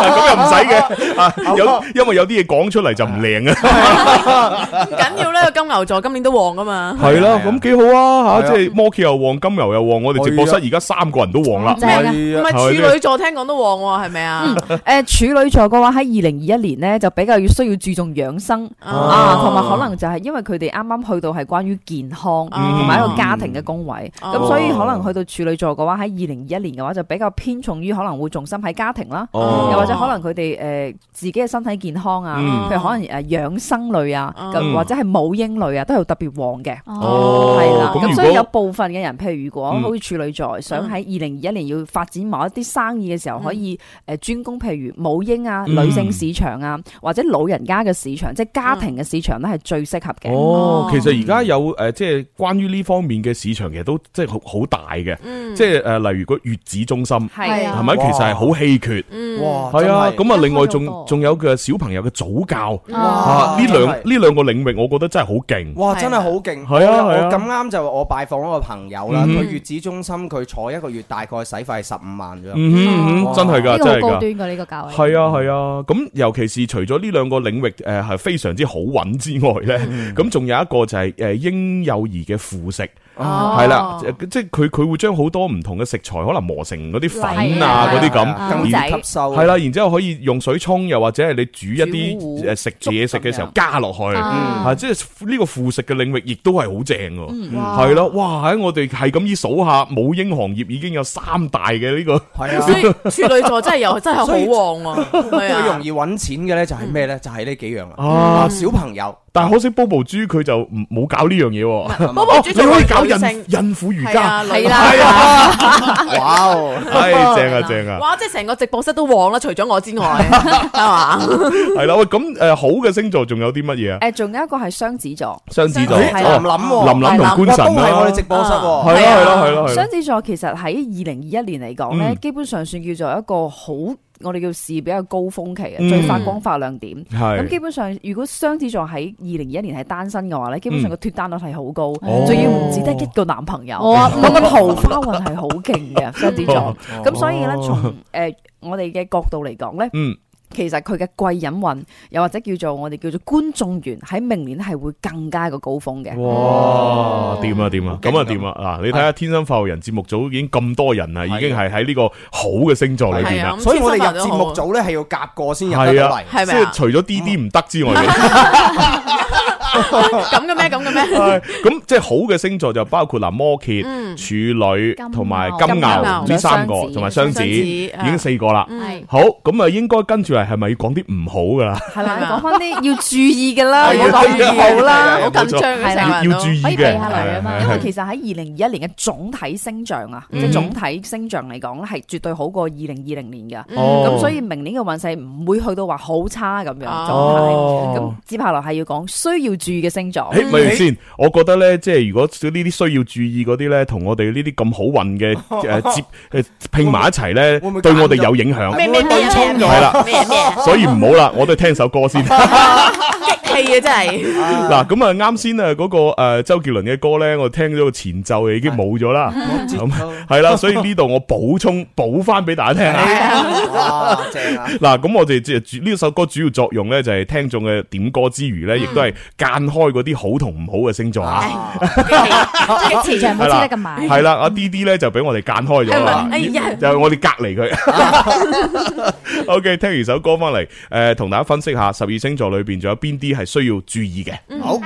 S2: [laughs] 咁又唔使 [laughs] 嘅，啊有因為有啲嘢講出嚟就唔靚啊。
S4: 唔緊要啦，個金牛座今年都旺噶嘛。
S2: 係啦， [laughs]
S5: 係啊
S2: 咁幾好啊
S5: 係
S2: 吓，
S5: 啊
S2: 即係摩羯又旺，金牛又旺，我哋直播室而家三個人都旺啦。
S3: 正啊！
S4: 唔係處女座聽講都旺喎，係咪啊？
S6: 誒呃處女座嘅話喺二零二一年呢，就比較要需要注重養生
S2: 哦
S6: 啊，同埋可
S4: 哦
S6: 能就係因為佢哋啱啱去到係關於健康
S2: 嗯
S6: 同埋一個家庭嘅工位，
S4: 哦
S6: 咁所以可能去到處女座嘅話喺二零二一年嘅話就比較偏重於可能會重心喺家庭啦。
S2: 哦
S6: 又或者可能佢哋誒自己嘅身體健康啊，
S2: 嗯
S6: 譬如可能誒養生類啊，咁、
S2: 嗯
S6: 或者係母嬰類啊，都係特別旺嘅。
S2: 哦
S6: 係啦，
S2: 咁如果
S6: 咁所以有部分嘅人，譬如如果
S2: 嗯
S6: 好似處女座，想喺二零二一年要發展某一啲生意嘅時候，可以誒專攻譬如母嬰啊、
S2: 嗯
S6: 女性市場啊，或者老人家嘅市場，即係家庭嘅市場咧，係最適合嘅。
S2: 哦，其實而家有诶，呃即係關於呢方面嘅市場，其實都即係好好大嘅。
S4: 嗯
S2: 即係诶，呃例如個月子中心
S6: 係
S2: 係
S6: 啊，
S2: 咪？其
S5: 哇
S2: 實係好稀缺。
S4: 嗯
S5: 哇，
S2: 係啊，
S5: 真係
S2: 咁啊，另外
S3: 開咗好
S2: 仲
S3: 多
S2: 仲有嘅小朋友嘅早教。啊！呢兩
S5: 哇真係
S2: 呢兩個領域，我覺得真係好勁。
S5: 哇，真係好勁！
S2: 係啊
S5: 我
S2: 係啊
S5: 我咁啱就我拜訪一個朋友啦，
S2: 嗯
S5: 佢月子中心佢坐一個月大概使費十五萬左右。
S2: 嗯哼嗯哼，
S5: 哇
S2: 真係㗎，
S3: 呢個
S2: 真
S3: 好
S2: 係
S3: 高
S2: 㗎。
S3: 端㗎呢個價位。
S2: 係啊係啊，咁尤其是除咗呢兩個領域誒係非常之好揾之外咧，咁仲有一個就係誒嬰幼兒嘅輔食，
S3: 哦
S4: 哦
S2: 係啦，即即係佢佢會將好多唔同嘅食材可能磨成嗰啲粉
S3: 係
S2: 啊
S3: 啊
S2: 嗰啲咁，
S3: 啊
S5: 更
S2: 然
S5: 易吸收。
S2: 係啦，然之後可以用水沖，又或者係你煮一啲
S6: 煮
S2: 誒食嘢食嘅時候加落去，
S3: 啊
S2: 啊，即係呢個副食嘅領域亦都係好正
S3: 嗯
S2: 喎，係咯，哇！喺我哋係咁依數下，母嬰行業已經有三大嘅呢個，
S5: 係啊
S4: 所以處女座真係又真係好旺喎，係
S5: 最
S4: 啊
S5: 容。易揾錢嘅咧就係咩咧？就係呢幾樣啦。
S2: 啊
S5: 啊，小朋友
S2: 但係可惜 Bobo 豬佢就唔冇搞呢樣嘢喎， [laughs] 哦
S4: 波波主
S2: 你
S4: 做
S2: 可以搞
S4: 女
S2: 孕
S4: 性
S2: 孕婦瑜
S4: 係
S2: 伽，
S4: 啊，係啦，
S2: 係啊， [laughs]
S5: 哇哦，
S2: 係正啊正啊，
S4: 哇！即係成個直播室都旺啦，除咗我之外，
S2: [laughs]
S4: 係嘛？
S2: 係啦，喂，咁誒好嘅星座仲有啲乜嘢啊？
S6: 誒，仲有一個係雙子座，
S2: 雙子座，
S5: 咦
S6: 係啦
S5: 林
S2: 哦
S5: 林喎
S2: 林林同
S5: 哇
S2: 官
S5: 都
S2: 神
S5: 係我
S2: 啦
S5: 哋，直播室
S2: 係
S5: 喎。
S2: 咯係咯係嗯咯係
S6: 雙
S2: 咯，
S6: 子座其實喺二零二一年嚟講咧
S2: 嗯，
S6: 基本上算叫做一個好我哋叫事業比較高峰期
S2: 嗯
S6: 嘅最發光發亮點。咁基
S2: 係
S6: 本上，如果雙子座喺二零二一年係單身嘅話咧，基本上個脱單率係好高，
S2: 嗯哦
S6: 仲要唔止得一個男朋友，
S3: 哇
S6: 咁個桃花運係好勁嘅
S2: [laughs]
S6: 雙子座。
S2: 哦
S6: 咁所以咧，從誒我哋嘅角度嚟講咧。
S2: 嗯
S6: 其實佢嘅貴人運，又或者叫做我哋叫做觀眾緣，喺明年係會更加一個高峰嘅。
S2: 哇，掂啊掂啊，
S5: 勁
S2: 咁啊掂啊！嗱，你睇下《天生發育人》節目組已經咁多人啦，已經係喺呢個好嘅星座裏邊
S4: 係啊，
S2: 啦
S4: 咁。
S5: 所以我哋
S4: 天
S5: 入
S4: 生人都
S5: 節
S4: 好
S5: 目組咧係要夾過先入得
S2: 係
S5: 到
S2: 啊
S5: 嚟，。
S4: 係
S2: 即
S4: 咪啊
S2: 係？除咗 D D 唔得之外，
S4: 咁嘅咩？咁嘅咩？
S2: 係咁即係好嘅星座就包括嗱摩羯、
S4: 嗯
S2: 處女
S3: 金牛
S2: 同埋金牛
S4: 金牛
S2: 呢三個
S6: 雙，子
S2: 同埋雙子
S4: 雙子
S2: 已經四個啦。
S3: 係
S4: 嗯
S2: 好，咁啊應該跟住嚟係咪要講啲唔好噶啦？
S6: 係啦，講翻啲要注意嘅啦，
S2: [laughs] 係
S6: 唔
S2: 啊
S6: 好講唔好啦
S2: 係啊。
S4: 好緊張嘅
S6: 係
S4: 成個
S2: 要
S4: 人
S2: 要
S4: 都
S2: 注。意
S3: 可以避
S2: 嘅，
S3: 下
S2: 係
S3: 雷
S2: 啊
S3: 啊嘛
S6: 因為
S2: 係
S6: 其實喺二零二一年嘅總體升漲啊，
S4: 嗯
S6: 即係總體升漲嚟講咧，係絕對好過二零二零年嘅。
S2: 哦
S6: 咁所以明年嘅運勢唔會去到話好差咁樣
S4: 哦
S6: 狀態。咁接下來係要講需要注意嘅星座。
S2: 誒咪住先，我覺得咧，即係如果呢啲需要注意嗰啲咧，同我哋呢啲咁好運嘅誒接誒拼埋一齊咧，
S5: 會唔會
S2: 對我哋有影響，
S4: 咩咩咩
S5: 對沖咗
S2: 係啦，
S4: 咩咩
S2: 所以唔好啦，我都係聽首歌先。
S4: 激氣啊！真係
S2: 嗱，咁啊，啱先啊，嗰個誒周杰倫嘅歌咧，我聽咗個前奏已經冇咗啦，咁係啦，所以呢度我補充補翻俾大家聽啊。
S5: 哇，正
S2: [laughs]
S5: 啊！
S2: 嗱，咁我哋即係主呢首歌主要作用咧，就係聽眾嘅點歌之餘
S5: 嗯
S2: 咧，亦都係間開嗰啲好同唔好嘅星座啊。
S3: 啲磁場冇黐得咁埋。
S6: [laughs]
S2: 系啦，阿 D D 咧就俾我哋間開咗啊啦，
S4: 哎呀
S2: 就係我哋隔離佢。O
S5: [laughs]
S2: K，聽完首歌翻嚟，诶，同大家分析下十二星座裏边仲有邊啲係需要注
S5: 嗯
S2: 意嘅。
S5: 好，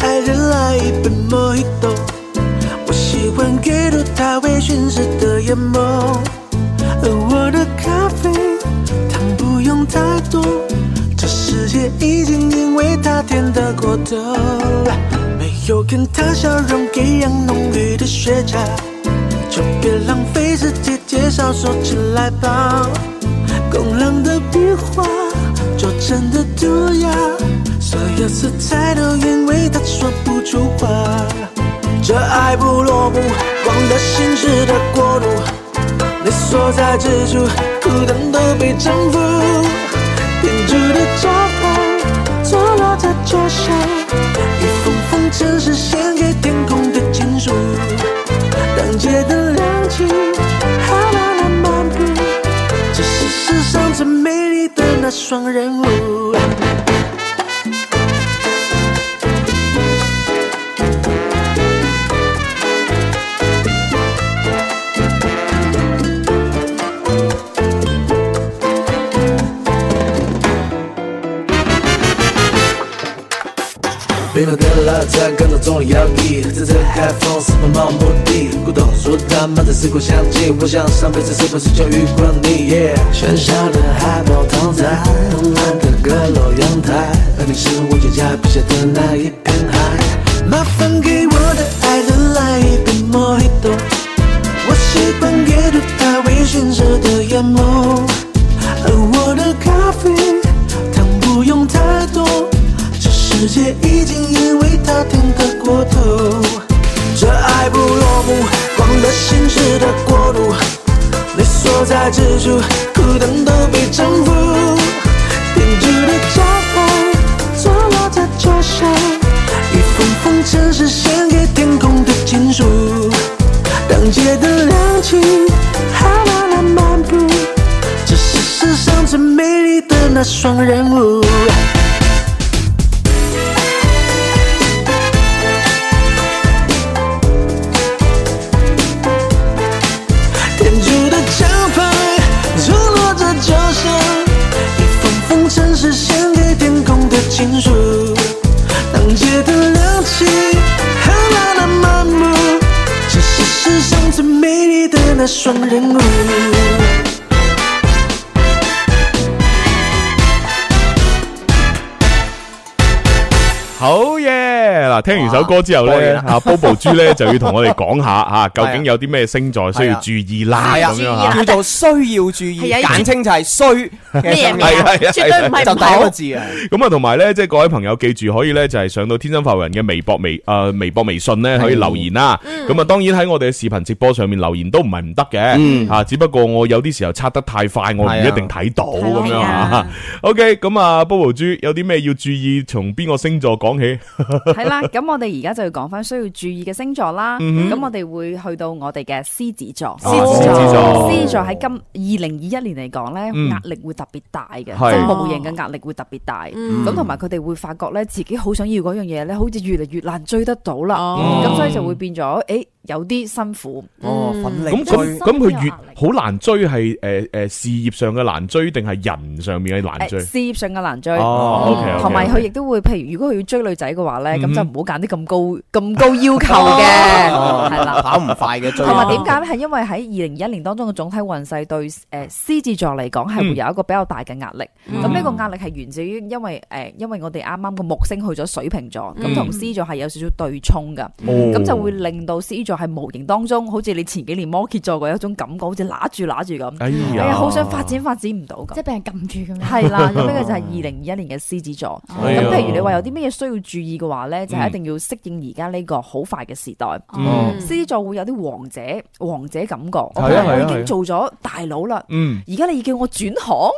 S10: 杯 Mojito，我喜欢阅读它微醺时的眼眸，而我的咖啡糖不用太多，这世界已经因为它甜得过头，没有跟它笑容一样浓郁的雪茄，就别浪费时间介绍，收起来吧，工整的笔画就真的涂鸦。所有色彩都因为他说不出话。这爱不落幕，忘了现实的国度，你所在之处，孤单都被征服。天主的招牌坐落在桌上，一封封城市献给天空的情书。当街灯亮起，浩浪的漫步，这是世上最美丽的那双人舞。
S9: 别忘带了拉赞，刚到总理摇椅，在这 headphone 是奔跑目的，古董如他们在时光相继，我想上辈子是不是就遇过你？Yeah，喧嚣的海报躺在慵懒的阁楼阳台，而你是我脚下笔下的那一片海。麻烦给我的爱人来一杯 Mojito，我习惯阅读他微醺时的眼眸，而我的咖啡糖不用太多。这世界已经因为他甜得过头，这爱不落幕，忘了现实的国度，你所在之处，孤单都被征服。编织的招牌坐落在桌上，一封封城市献给天空的情书。当街灯亮起，海浪的漫步，这是世上最美丽的那双人舞。天主的招牌坐落在桌上，一封封城市献给天空的情书。当街灯亮起，海浪的漫步，这是世上最美丽的那双人舞。
S2: 好嘢！嗱，聽完首歌之後
S11: 哇
S2: 咧，
S11: 播完啦
S2: 啊 Bobo 豬咧就要同我哋講下吓，究竟
S5: [laughs] 係啊
S2: 有啲咩星座需要注意啦
S5: 係啊
S2: 咁樣吓。
S5: 叫做需要注意，
S4: 係啊
S5: 簡稱就係需
S4: 咩
S2: 咩啊係啊絕對唔係唔好
S5: 就第一個字啊。
S2: 咁啊，同埋咧，即係各位朋友記住，可以咧就係上到天生發人嘅微博、微诶微博、微信
S11: 嗯
S2: 咧，可以留言啦。咁啊，當然喺我哋嘅視頻直播上面留言都唔係唔得
S11: 嗯
S2: 嘅，啊，只不過我有啲時候刷得太快，我唔一定睇到咁樣
S11: 啊係
S2: 啊
S11: 啊。
S2: [laughs] OK，咁啊，Bobo 豬有啲咩要注意？從邊個星座講起？
S6: 系啦，咁我哋而家就要講翻需要注意嘅星座啦。
S2: 嗯哼
S6: 咁我哋會去到我哋嘅獅子座，
S2: 獅子座哦
S6: 狮子座喺今二零二一年嚟講
S2: 嗯
S6: 咧，壓力會特別大嘅，即
S2: 係
S6: 係無形嘅壓力會特別大。
S4: 嗯
S6: 咁同埋佢哋會發覺咧，自己好想要嗰樣嘢咧，好似越嚟越難追得到啦。
S4: 哦
S6: 咁所以就會變咗，诶，有啲辛苦。
S5: 哦，奮力
S2: 咁咁咁，佢越好難追係诶诶事業上嘅難追，定係人上面嘅難
S6: 誒
S2: 追？
S6: 事業上嘅難追，嗯
S2: 哦，OK，OK，OK
S6: 同埋佢亦都會，譬如如果佢要追女仔嘅話咧，
S2: 嗯
S6: 咁就唔好揀啲咁高咁高
S2: [laughs]
S6: 要求嘅，
S5: 哦
S6: 係啦。
S5: 跑唔快嘅追
S6: 同埋點解咧？係因為喺二零二一年當中嘅總體運勢對誒獅子座嚟
S2: 嗯
S6: 講係會有一個比較大嘅壓力。
S4: 嗯
S6: 咁呢個壓力係源自於因為誒，因為我哋啱啱個木星去咗水瓶座，
S4: 嗯
S6: 咁同獅座係有少少對沖㗎，
S2: 哦
S6: 嗯咁就會令到獅座係無形當中好似你前幾年摩羯座嘅一種感覺，好似揦住揦住咁，
S2: 哎呀
S6: 哎呀，好想發展發展唔到咁
S3: 即係。俾人撳住咁樣。
S2: [laughs]
S6: 係啦，咁呢個就係二零二一年嘅獅子座。
S2: 哎呀
S6: 咁譬如你話有啲咩需要注意嘅話呢，就係一定要適應而家呢個好快嘅時代。
S2: 嗯
S6: 獅子座會有啲王者王者感覺，
S2: 係啊係啊
S6: 我已經做咗大佬啦。
S2: 嗯
S6: 而家你叫我轉行，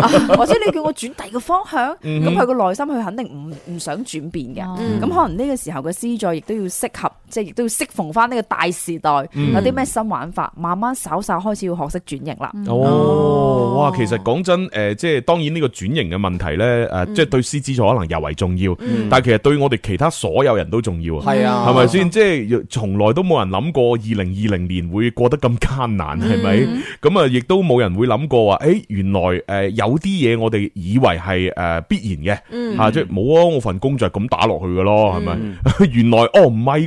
S6: 啊 [laughs] 或者你叫我轉第二個方向，
S2: 嗯
S6: 咁佢個內心佢肯定唔唔想轉變嘅。
S3: 哦
S6: 咁可能呢個時候嘅獅子座亦都要適合，即係亦都要適逢翻呢呢個大時代
S2: 嗯
S6: 有啲咩新玩法，慢慢稍稍開始要學識轉型啦。
S2: 嗯哦，哇！其實講真，诶、即係當然呢個轉型嘅問題呢，诶、
S6: 嗯
S2: 即係對獅子座可能尤為重要，
S6: 嗯
S2: 但系其實對我哋其他所有人都重要啊。
S5: 係啊
S2: 系咪先？即係從來都冇人諗過二零二零年會過得咁艱難，係咪？咁啊、亦都冇人會諗過話，诶、原來诶、誒有啲嘢我哋以為係诶必然嘅，
S9: 嗯
S2: 啊即係冇啊，我份工就係咁打落去嘅咯，係咪？ [laughs] 原來哦唔係嘅，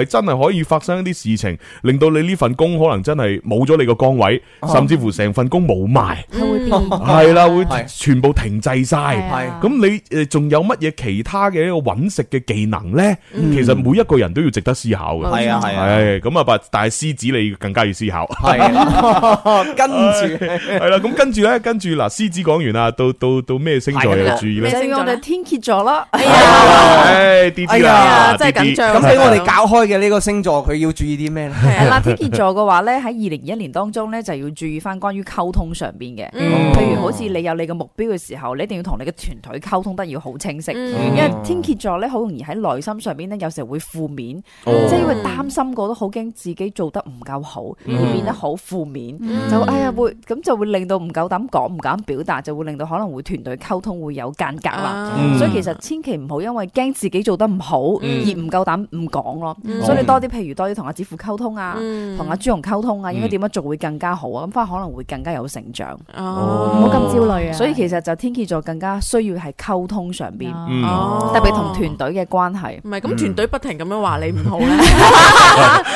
S2: 係真係可以發生一啲事情，令到你呢份工可能真係冇咗你個崗位，
S6: 哦
S2: 甚至乎成份工冇埋。
S6: 係會變
S2: 系啦，会全部停滞晒
S6: 啊。
S2: 咁你诶仲有乜嘢其他嘅一個揾食嘅技能呢？
S5: 嗯
S2: 其實每一個人都要值得思考
S5: 冇
S2: 嘅。
S5: 錯係啊係啊
S2: 係咁啊，但但系狮子你更加要思考。
S5: 係
S2: [laughs]
S5: 啊跟住
S2: 系啦，咁跟住呢，跟住嗱，獅子講完啦，到到到咩星座要注意呢？哎
S6: 就要我哋天蝎座啦。
S2: 唉，啲啲啦，
S6: 真係
S2: 啲啲
S6: 緊張
S5: 咁俾我哋搞開嘅呢個星座，佢要注意啲咩
S6: [laughs]
S5: 咧？
S6: 係啦，天蝎座嘅話咧，喺二零二一年當中咧，就要注意翻關於溝通上邊嘅，
S5: 嗯
S6: 譬如好似你有你嘅目標嘅時候，你一定要同你嘅團隊溝通得要好清晰，
S5: 嗯
S6: 因為天蝎座咧好容易喺內心上邊咧有時候會負面，
S5: 哦
S6: 即係因為擔心過都好驚自己做得唔夠好，
S5: 嗯
S6: 而變得好負面，
S5: 嗯
S6: 就哎呀會咁就會令到唔夠膽講、唔敢表達，就會令到可能會團隊溝通會有間隔啦
S12: 啊。嗯
S6: 所以其實千祈唔好因為驚自己做得唔好而
S12: 嗯
S6: 唔夠膽唔講咯
S12: 嗯，
S6: 所以你多啲譬如多啲同阿子富溝通啊。
S12: 嗯
S6: 同阿朱紅溝通啊，
S12: 嗯
S6: 應該點樣做會更加好啊？咁翻可能會更加有成長，唔
S12: 哦唔好咁焦慮啊
S6: 所以其實就天蝎座更加需要係溝通上邊，
S12: 嗯哦
S6: 特別同團隊嘅關係。
S4: 唔
S2: 嗯
S4: 係咁團隊不停咁樣話你唔
S2: [laughs]
S4: 好咧，
S2: 啊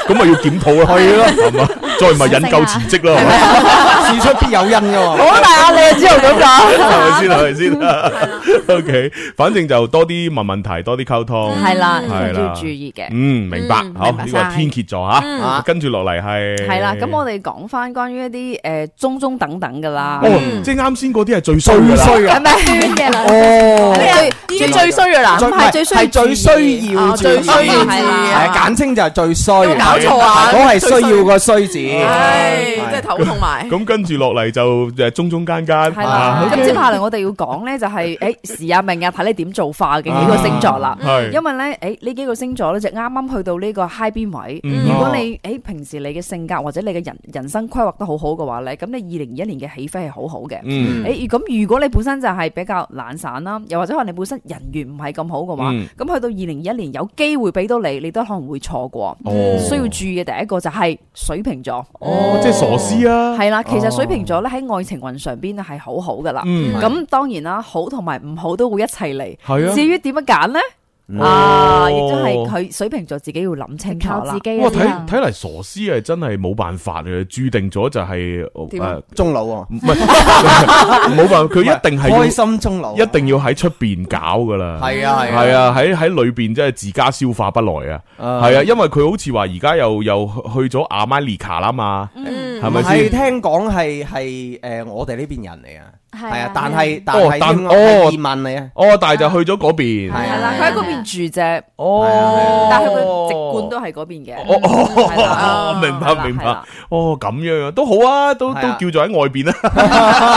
S2: 咁咪要檢討啦，係咯，係嘛？再唔係引咎辭職啦，係嘛
S5: 事出必有因噶嘛。
S6: 好大壓力啊，朱紅咁講。
S2: 系咪先？系咪先？OK，反正就多啲問問題，多啲溝通，
S6: [laughs] 係啦
S2: 係
S6: 要注意嘅
S2: 嗯，明白。
S6: 嗯
S2: 好，
S6: 明白
S2: 呢個係
S6: 晒
S2: 天蝎座吓，
S6: 嗯
S2: 跟住落嚟係
S6: 係啦，咁我哋講翻關於一啲誒中中等等噶啦。
S2: 哦，即係啱先嗰啲係最衰㗎啦
S6: 係 [laughs] 咪嘅啦？
S5: 哦
S4: 啊
S6: 你最最衰噶啦，
S5: 最
S6: 唔係最衰，
S5: 係最需要
S6: 哦最需要注
S5: 係
S6: 意啊
S5: 啊，簡稱就係最衰。
S6: 有冇搞錯啊
S5: 嗰係需要個衰字。
S4: 唉，真係頭痛埋。
S2: 咁跟住落嚟就誒中中間間，
S6: 系啦，
S2: 啊
S6: 咁接下嚟我哋要講咧就係诶
S12: [laughs]
S6: 時啊命啊，睇你點做化嘅幾個星座
S12: 啊
S6: 啦。
S2: 係
S6: 因為咧诶呢幾個星座咧就啱啱去到呢個 high 邊位。
S12: 嗯
S6: 如果你诶平時你嘅性格或者你嘅人人生規劃得好好嘅話咧，咁你二零二一年嘅起飛係好好嘅。
S12: 嗯
S6: 诶咁如果你本身就係比較懶散啦，又或者可能你本身人緣唔係咁好嘅話，
S12: 嗯
S6: 咁去到二零二一年有機會俾到你，你都可能會錯過。
S12: 哦
S6: 需要注意嘅第一個就係水瓶
S12: 啊
S2: 嗯
S6: 座。
S2: 哦，即係傻師啊，
S6: 系啦，其
S12: 哦
S6: 實水瓶座咧喺愛情運上邊咧係好好噶啦。
S2: 嗯
S6: 咁當然啦，好同埋唔好都會一齊嚟。
S2: 係啊
S6: 至於點樣揀呢？
S2: 嗯
S6: 啊，亦都係佢水瓶座自己要諗清楚啦。
S2: 哇，睇睇嚟傻師係真係冇辦法嘅，注定咗就係哦
S6: 點啊
S2: 誒
S5: 中老啊，
S6: [laughs]
S2: 唔係冇辦法，佢一定係要
S5: 開心中老。
S2: 一定要喺出邊搞噶啦，
S5: 係啊係啊
S2: 係啊，喺喺裏邊真係自家消化不來啊，
S5: 啊
S2: 係啊，因為佢好似話而家又又去咗阿瑪尼卡啦嘛，係咪
S5: 係
S2: 先？
S5: 聽講係係誒我哋呢邊人嚟啊，係啊，但係但
S2: 哦
S5: 係，
S2: 但
S5: 應該係
S2: 哦
S5: 移民嚟啊，
S2: 哦，但係就去咗嗰邊，
S5: à,
S6: 係啦，佢喺嗰邊住啫。
S5: 啊
S2: 哦
S6: 但係佢嘅籍貫都係嗰邊嘅。
S2: 哦
S6: 係啦
S2: 哦，明白明白，哦咁樣啊，都好啊，都都
S6: 係啊
S2: 叫做喺外邊啦。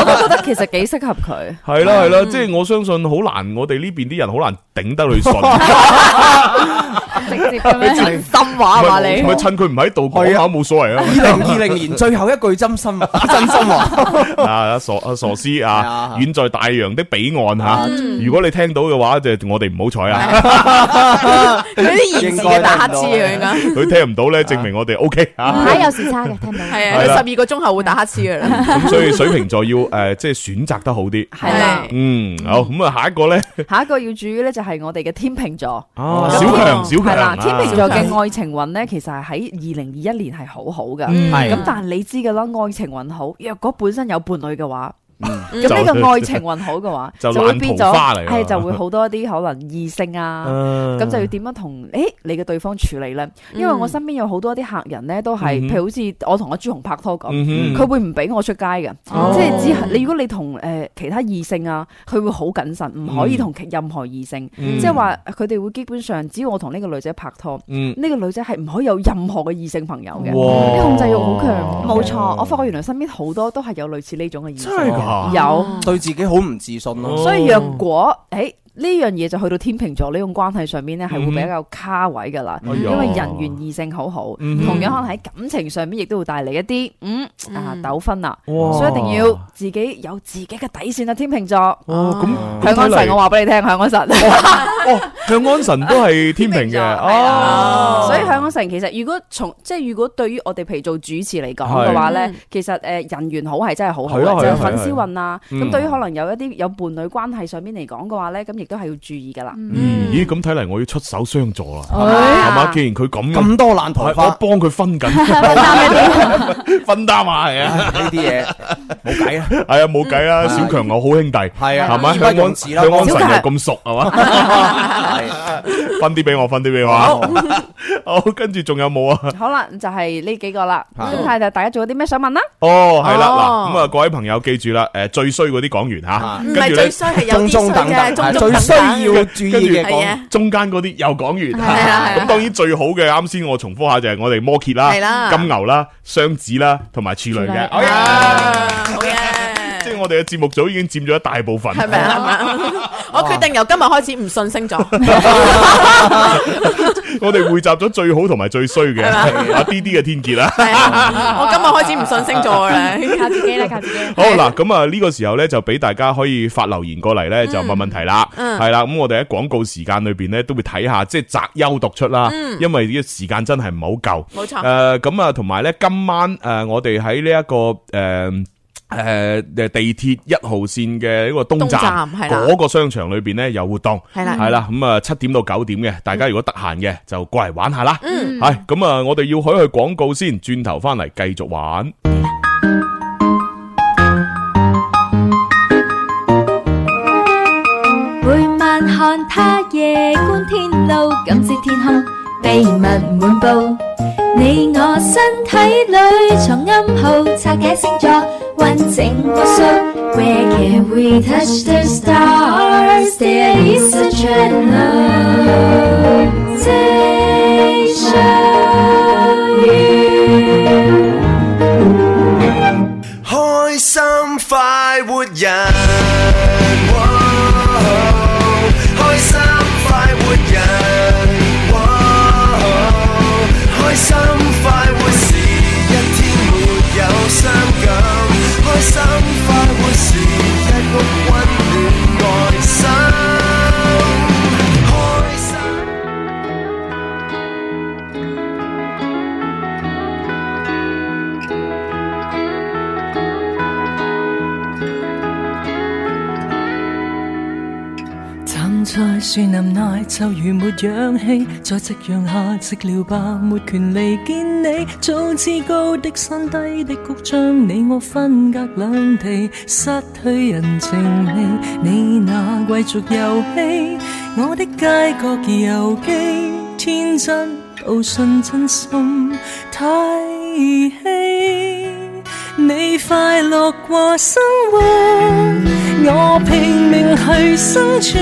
S6: 我都覺得其實幾適合佢。
S2: [laughs] 係啦係啦，即係我相信好難，我哋呢邊啲人好難頂得佢順。
S6: 直
S4: [laughs]
S6: 接
S2: 咁樣
S6: 真心話嘛你
S2: 咪咪趁佢唔喺度講下冇所
S5: [laughs]
S2: 謂啊。
S5: 二零二零年最後一句真心真心話，
S2: 啊傻啊傻師啊，遠在大洋的彼岸吓
S5: 嗯。
S2: 如果你聽到嘅話，就我哋唔好彩啊。
S4: 佢啲延遲嘅打乞嗤啊，應
S2: [laughs]
S4: 該
S2: 佢聽唔到咧，證明我哋 OK 啊。
S4: 有時差嘅，聽到係啊，佢十二個鐘後會打乞嗤嘅啦。
S2: 咁所以水瓶座要诶，即係選擇得好啲。
S6: 係啦。
S2: 嗯，好咁啊，下一個咧，
S6: 下一個要注意咧，就係我哋嘅天秤座。
S2: 哦小強小強
S6: 係啦，
S2: 啊
S6: 天秤座嘅愛情運咧，其實係喺二零二一年係好好噶。
S2: 嗯係
S6: 咁但係你知噶啦，愛情運好，若果本身有伴侶嘅話，
S2: 嗯就
S6: 咁呢個愛情運好嘅話，
S2: [laughs] 就
S6: 會變
S2: 爛桃花嚟
S6: 咗，
S2: 㗎
S6: 係就會好多一啲可能異性啊，
S2: [laughs] 嗯
S6: 咁就要點樣同誒你嘅對方處理咧？因為我身邊有好多啲客人咧，都係
S12: 嗯哼
S6: 譬如好似我同阿朱紅拍拖咁，
S12: 嗯哼
S6: 佢會唔俾我出街嘅，
S12: 哦
S6: 即係只係你如果你同誒其他異性啊，佢會好謹慎，唔可以
S12: 嗯
S6: 同其任何異性，
S12: 嗯
S6: 即係話佢哋會基本上只要我同呢個女仔拍拖，
S12: 嗯
S6: 呢個女仔係唔可以有任何嘅異性朋友嘅，
S12: 哇
S6: 呢控制欲好強。冇錯，我發覺原來身邊好多都係有類似呢種嘅異性，
S5: 㗎
S6: 有。
S5: 對自己好唔自信咯，
S6: 所以若果誒呢樣嘢就去到天秤座呢種關係上面咧，係會比較卡位噶啦，
S13: 哎呀
S6: 因為人緣異性好好，
S13: 嗯
S6: 同樣可能喺感情上面亦都會帶嚟一啲嗯啊糾紛啦，
S2: 哇
S6: 所以一定要自己有自己嘅底線啊！天秤座，
S2: 哦咁
S6: 向安
S2: 咁睇
S6: 神，
S2: 嚟哦
S6: 我話俾你聽，向安神。
S2: 向安神都
S6: [laughs]
S2: 係天平嘅，啊
S6: 啊
S2: 哦，
S6: 所以香港城其實如果從即係如果對於我哋譬如做主持嚟講嘅話咧
S13: 係，
S6: 其實誒人緣好係真係好好
S13: 係啊係啊
S6: 嘅，即係
S13: 係啊
S6: 粉絲運啊。
S2: 嗯
S6: 咁對於可能有一啲有伴侶關係上面嚟講嘅話咧，咁亦都係要注意噶啦。
S2: 嗯咦，咁睇嚟我要出手相助啦，
S6: 哎
S2: 係嘛？既然佢咁咁
S5: 多爛桃
S2: 花，我幫佢分
S6: [laughs]
S2: 緊， [laughs] 分擔啊，係啊，
S5: 呢啲嘢冇計啊，
S2: 係啊，冇計
S6: 嗯
S2: 啦，小強我好兄弟，係
S5: 啊
S2: 係咪？
S5: 義不
S2: 向
S5: 容
S2: 安
S5: 辭啦
S2: 向安
S5: 小強
S2: 神又咁熟，係嘛？ [laughs] 分啲俾我，分啲俾我啊，好，跟住仲有冇啊？
S6: 好啦，就係呢幾個啦。
S2: 啊
S6: 咁睇下大家仲有啲咩想問啦？
S2: 哦，係啦，嗱，
S6: 哦
S2: 咁啊，各位朋友記住啦，誒，最衰嗰啲講完吓，
S6: 唔係
S2: 跟住
S6: 最衰係有啲中中等等衰啫中中等等
S5: 最需要注意嘅
S2: 跟住
S5: 講係啊
S2: 中間嗰啲又講
S5: 係啊
S2: 完，咁當然最好嘅，啱先我重複下就係我哋摩羯
S5: 係
S2: 啦、
S5: 啦
S2: 金牛啦、雙子啦，同埋處女
S5: 處女哦啊
S2: 嘅，好嘢，即係我哋嘅節目組已經佔咗一大部分，
S4: 係咪啊？係咪啊？ [laughs] 我決定由今日開始唔信星座，
S2: 我哋匯集咗最好同埋最衰嘅
S5: 啊
S2: 阿 D D 嘅天蝎
S5: [laughs]
S2: 啦。
S4: 我今日開始唔信星座啦，
S12: 靠自己啦，靠自己。
S2: 好嗱，咁啊呢個時候咧就俾大家可以發留言過嚟咧，就問問題啦，
S12: 嗯
S2: 係啦，咁我哋喺廣告時間裏邊咧都會睇下，即係擇優讀出啦
S12: 嗯，
S2: 因為呢個時間真係唔係好夠，
S12: 冇錯
S2: 誒，咁啊，同埋咧今晚誒，我哋喺呢一個誒。誒誒地鐵一號線嘅呢個東站
S4: 東站係啦嗯
S2: 嗰個商場裏邊咧有活動，
S4: 係啦
S2: 係啦，咁啊七點到九點嘅，大家如果得閒嘅就過嚟玩下啦。
S4: 嗯
S2: 係咁啊，我哋要去去廣告先，轉頭翻嚟繼續玩。
S7: 每晚看他夜觀天路，感知天空秘密滿布。你我身體裏藏暗號，拆解星座運整個數。Where can we touch the stars? There is a translation.
S9: 开心快活人，哇哦开心快活人，哇哦开心快活是一天没有伤感，开心快活是一屋温暖內心，开心。
S10: 站在樹林內，就如沒氧氣，在夕陽下寂寥吧，沒權利見你。早知高的山低的谷，將你我分隔兩地，失去人情味。你那貴族遊戲，我的街角遊記，天真到信真心太兒戲。你快樂過生活，我拼命去生存。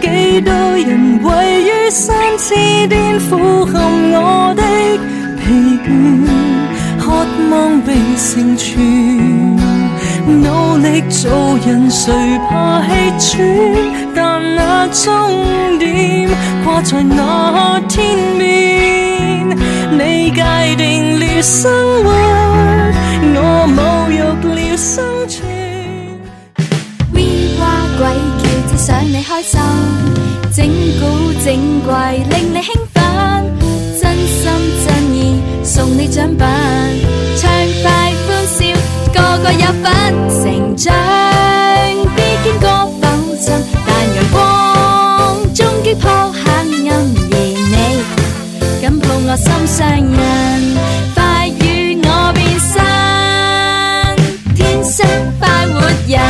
S10: 幾多人位於山之巔，俯瞰我的疲倦，渴望被成全。努力做人，誰怕氣喘？但那終點掛在那天面，你界定了生活，我侮辱了生存。
S7: We 瓜鬼叫，只想你開心，整古整怪令你興奮，真心真意送你獎品，暢快歡笑，個個有份成長，必經過浮沉，但陽光終擊破黑暗，而你。緊抱我心上人，快與我變身，天生快活人。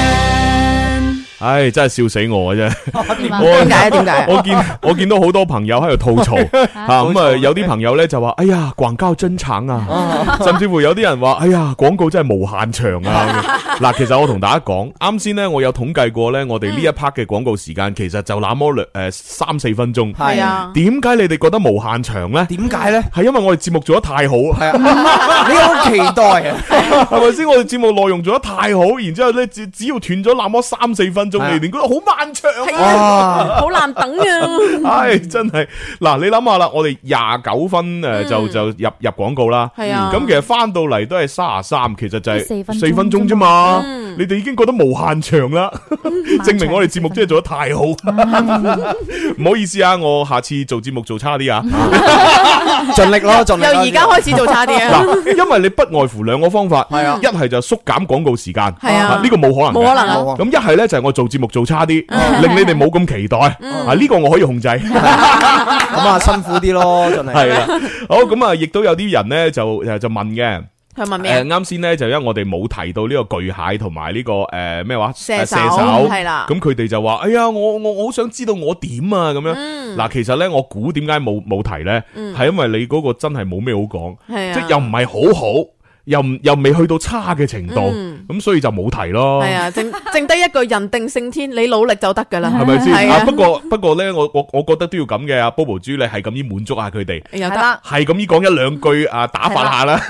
S2: 唉，真系笑死我啊！
S7: [laughs]
S2: 真係
S7: 點啊
S2: 我
S7: 點解啊點解啊
S2: [laughs] 我見我見到好多朋友喺度吐
S7: [laughs]
S2: 槽啊，咁啊有啲朋友咧就話：哎呀，廣告真長啊！甚至乎有啲人話：哎呀，廣告真係無限長
S7: [laughs]
S2: 啊！嗱，其實我同大家講，啱先咧我有統計過咧，我哋呢
S7: 嗯
S2: 一 part 嘅廣告時間其實就那麼兩誒三四分鐘。
S5: 係啊
S2: 點解你哋覺得無限長咧？點
S5: 解咧？
S2: 係因為我哋節目做得太
S7: [laughs]
S2: 好。係
S5: 啊你好期待啊！
S2: 係咪先？我哋節目內容做得太好，然之後咧，只只要斷咗那麼三四分鐘
S7: 啊
S2: 嚟年覺得好漫長
S4: 啊，好難等啊！
S2: [laughs] 唉，真係嗱，你諗下啦，我哋廿九分诶，就就入入廣告啦。
S4: 嗯係啊
S2: 咁其實翻到嚟都係三十三，其實就係
S4: 四分鐘嗯
S2: 四分鐘啫嘛。你哋已經覺得無限長啦， [laughs] 證明我哋節目真係做得太
S4: [laughs]
S2: 好。
S3: [laughs]
S2: 唔好意思啊，我下次做節目做差
S4: [laughs]
S2: 啲啊，
S4: 嗯
S5: 盡力咯盡力咯由而家開始做差啲啊
S2: 嗱，因為你不外乎兩個方
S4: [laughs]
S2: 法，係啊，一係就縮減廣告時間，
S4: 係啊
S2: 呢個冇可能嘅，
S4: 冇可能啊嗯
S2: 咁一係咧就係我做節目做差啲，令你哋冇咁期待，啊呢個我可以控
S4: [laughs]
S2: 制。
S5: 咁啊辛苦啲咯，真係
S2: 系啦，好咁啊，亦都有啲人咧就就问嘅。
S4: 佢問
S2: 诶，
S4: 咩？啊
S2: 啱先咧就因為我哋冇提到呢個巨蟹同埋呢個诶咩話
S4: 射
S2: 誒
S4: 手係啊啦
S2: 咁佢哋就話：哎呀，我我我好想知道我點啊咁樣。
S4: 嗯
S2: 嗱，其實咧我估點解冇冇提咧，
S4: 嗯
S2: 係因為你嗰個真係冇咩好講，
S4: 係啊
S2: 即係又唔係好好，又唔又未去到差嘅程度
S4: 嗯，
S2: 咁所以就冇提咯。
S4: 係啊，剩剩低一句人定勝天，你努力就得㗎啦，
S2: 系咪先？
S4: 係
S2: 啊，
S4: 啊，
S2: 不過不過咧，我我我觉得都要咁嘅。阿啊 Bobo 豬你係咁依滿足下佢哋，
S4: 又得
S2: 係咁依講一兩句啊，打發下啦，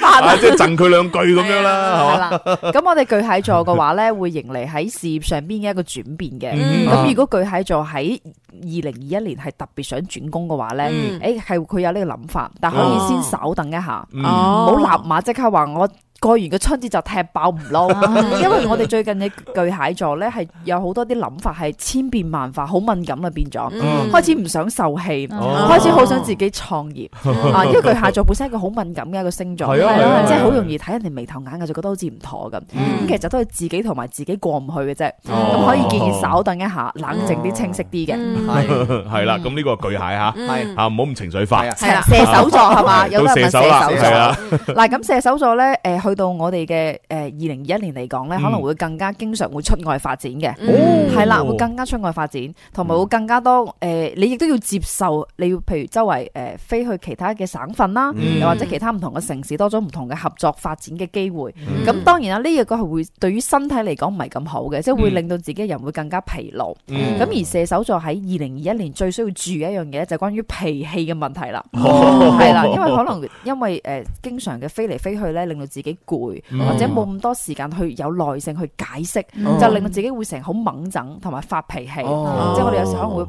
S4: 發
S2: 啊即係贈佢兩句咁樣啦，係嘛？
S6: 咁我哋巨蟹座嘅話咧，會迎嚟喺事業上邊嘅一個轉變嘅。
S2: 嗯
S6: 咁如果巨蟹座喺二零二一年係特別想轉工嘅話咧
S4: 嗯，
S6: 誒係佢有呢個諗法，但可以先稍等一下，唔
S4: 嗯
S6: 好立馬即刻話我。過完個春節就踢爆唔撈，
S4: [laughs]
S6: 因為我哋最近嘅巨蟹座咧係有好多啲諗法係千變萬化，好敏感啦啊變咗，
S4: 嗯
S6: 開始唔想受氣，
S4: 哦
S6: 開始好想自己創業啊！因為巨蟹座本身係一個好敏感嘅一個星座，
S4: 係啊係啊
S6: 即係好
S4: 係啊嗯
S6: 容易睇人哋眉頭眼嘅，就覺得好似唔妥咁。咁其實都係自己同埋自己過唔去嘅啫。
S2: 哦
S6: 咁可以建議稍等一下，冷靜
S4: 哦
S6: 啲、清晰啲
S4: 嗯
S6: 嘅。
S2: 嗯係啦，咁呢個巨蟹吓，
S6: 嗯
S2: 啊唔好咁情緒化，
S6: 係啊射手座係嘛有
S2: 到
S6: 得人
S2: 射
S6: 問
S2: 手啦，
S6: 射手座
S2: 係啊啦，
S4: [laughs]
S6: 嗱，咁射手座咧，誒去到我哋嘅誒二零二一年嚟講咧，
S4: 嗯
S6: 可能會更加經常會出外發展嘅，
S4: 哦
S6: 係啦，會更加出外發展，同
S4: 嗯
S6: 埋會更加多誒，你亦都要接受，你要譬如周圍誒飛去其他嘅省份啦，
S4: 嗯
S6: 又或者其他唔同嘅城市，多咗唔同嘅合作發展嘅機會。
S4: 嗯
S6: 咁當然啦，呢一個係會對於身體嚟講唔係咁好嘅，即係會
S4: 嗯
S6: 令到自己人會更加疲勞。
S4: 嗯
S6: 咁而射手座喺二零二一年最需要注意一樣嘢咧，就係關於脾氣嘅問題啦。
S4: 哦
S6: 係啦，因為可能。因為誒、呃、經常嘅飛嚟飛去咧，令到自己攰，
S4: 嗯
S6: 或者冇咁多時間去有耐性去解釋，
S4: 嗯
S6: 就令到自己會成日好猛整同埋發脾氣，
S5: 哦
S6: 即係我哋有時可能會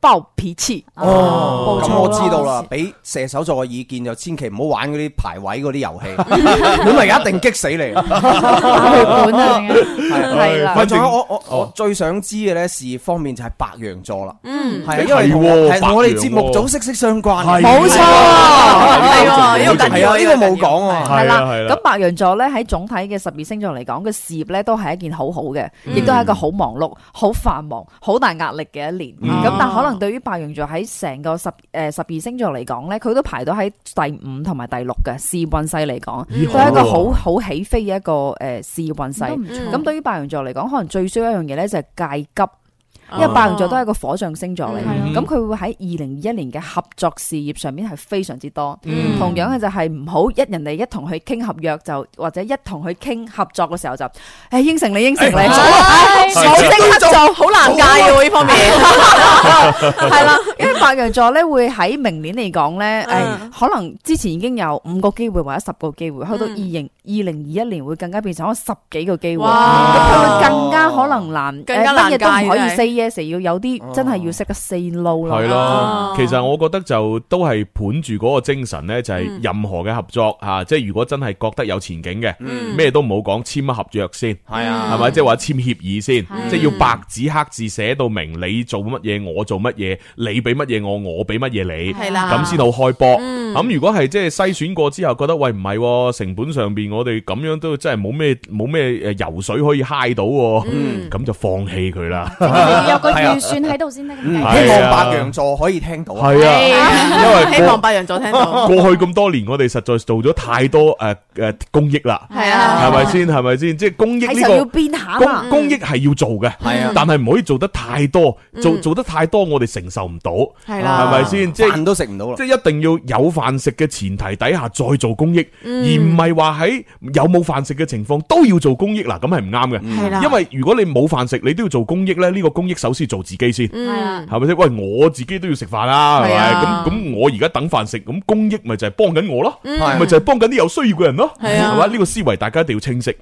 S6: 爆脾氣。
S5: 哦，
S6: 暴
S5: 咁
S6: 躁
S5: 我
S6: 咯
S5: 知道啦，俾射手座嘅意見就千祈唔好玩嗰啲排位嗰啲遊 [laughs] 戲，咁咪一定激死你。啊
S6: 本啊
S4: [laughs]
S5: 係
S6: 係啦
S5: 啦，仲有我我
S2: 哦
S5: 我最想知嘅咧事業方面就係白羊座啦，
S4: 嗯
S5: 係啊因為同
S2: 係喎
S5: 係同我
S2: 白
S5: 哋
S2: 羊
S5: 節目組息息相關
S2: 係
S5: 嘅，
S2: 冇錯
S5: 係啊
S2: 係喎呢個緊
S5: 係
S2: 要
S5: 啊，呢個冇講啊，
S6: 係啦，咁白羊座咧喺總體嘅十二星座嚟講，個事業咧都係一件好好嘅，
S4: 嗯
S6: 亦都係一個好忙碌、好繁忙、好大壓力嘅一年。
S4: 嗯
S6: 咁但可能對於白羊座喺成個十誒十二星座嚟講咧，佢都排到喺第五同埋第六嘅事業運勢嚟講，
S4: 咦
S6: 都係一個
S4: 好啊
S6: 好
S4: 喎
S6: 好起飛嘅一個誒事業運勢
S4: 都唔錯。
S6: 咁對於白羊座嚟講，可能最需要一樣嘢咧就係戒急。因為白羊座都係一個火象星座嚟，
S4: 哦嗯
S6: 咁佢會喺二零二一年嘅合作事業上面係非常之多。
S4: 嗯
S6: 同樣嘅就係唔好一人哋一同去傾合約就，或者一同去傾合作嘅時候就，誒應承你應承你，
S4: 哎
S6: 唉
S4: 哎
S6: 冇即刻做，
S4: 好難戒喎呢方
S6: [laughs]
S4: 面
S6: 係啦，因為白羊座咧會喺明年嚟講咧，誒可能之前已經有五個機會或者十個機會，去到二零二零二一年會更加變成可能十幾個機會，咁佢會更加可能難，
S4: 更加
S6: 誒
S4: 難
S6: 乜嘢都唔可
S4: 戒真
S6: 以
S4: 係
S6: say yes，要有啲真係要識得 say no 咯。
S2: 係
S6: 哦
S2: 咯，其實我覺得就都係盤住嗰個精神呢，就
S6: 嗯
S2: 係任何嘅合作吓，即係如果真係覺得有前景嘅，
S6: 嗯
S2: 咩都唔好講，簽乜合約先，係
S5: 啊
S2: 嗯係咪？即係話簽協議先，
S5: 嗯
S2: 即係要白紙黑字寫到明，你做乜嘢，我做乜嘢，你俾乜嘢我，我俾乜嘢你，
S4: 係啦
S2: 咁先好開波。
S4: 啊嗯
S2: 咁如果係即係篩選過之後，覺得喂唔係喎，成本上邊我哋咁樣都真係冇咩冇咩誒游水可以嗨到喎，咁就放棄佢啦。
S3: 有個
S2: 係啊
S3: 預算喺度先得。
S2: 嗯
S5: 希
S2: 係
S5: 望
S2: 啊
S5: 白羊座可以聽到啊，
S2: 係啊因為過
S4: 希望白羊座
S2: [laughs]
S4: 聽到。
S2: 過去咁多年，我哋實在做咗太多誒誒公益啦，
S4: 係啊
S2: 係咪先？係咪先？即係公益
S6: 喺
S2: 呢
S6: 時候要
S2: 個
S6: 變下嘛
S2: 公。公益係要做嘅，係啊，但係唔可以做得太多，做
S6: 嗯
S2: 做得太多我哋承受唔到，
S6: 係啦
S2: 係咪先？即係
S5: 飯都食唔到啦
S2: 即係一定要有飯食嘅前提底下再做公益，而
S5: 嗯
S2: 唔係話喺有冇飯食嘅情況都要做公益嗱，咁係唔啱嘅，
S5: 係啦
S7: 啊
S2: 因為如果你冇飯食，你都要做公益咧，呢個公益首先做自己先，
S1: 嗯係啊
S2: 係咪先？喂，我自己都要食飯啊，係
S1: 係
S2: 咪？
S1: 啊
S2: 咁咁我而家等飯食，咁公益咪就係幫緊我咯，
S4: 嗯
S2: 咪就係幫緊啲有需要嘅人咯，
S4: 係啊
S2: 係嘛？呢個思維大家一定要清 [laughs] 晰。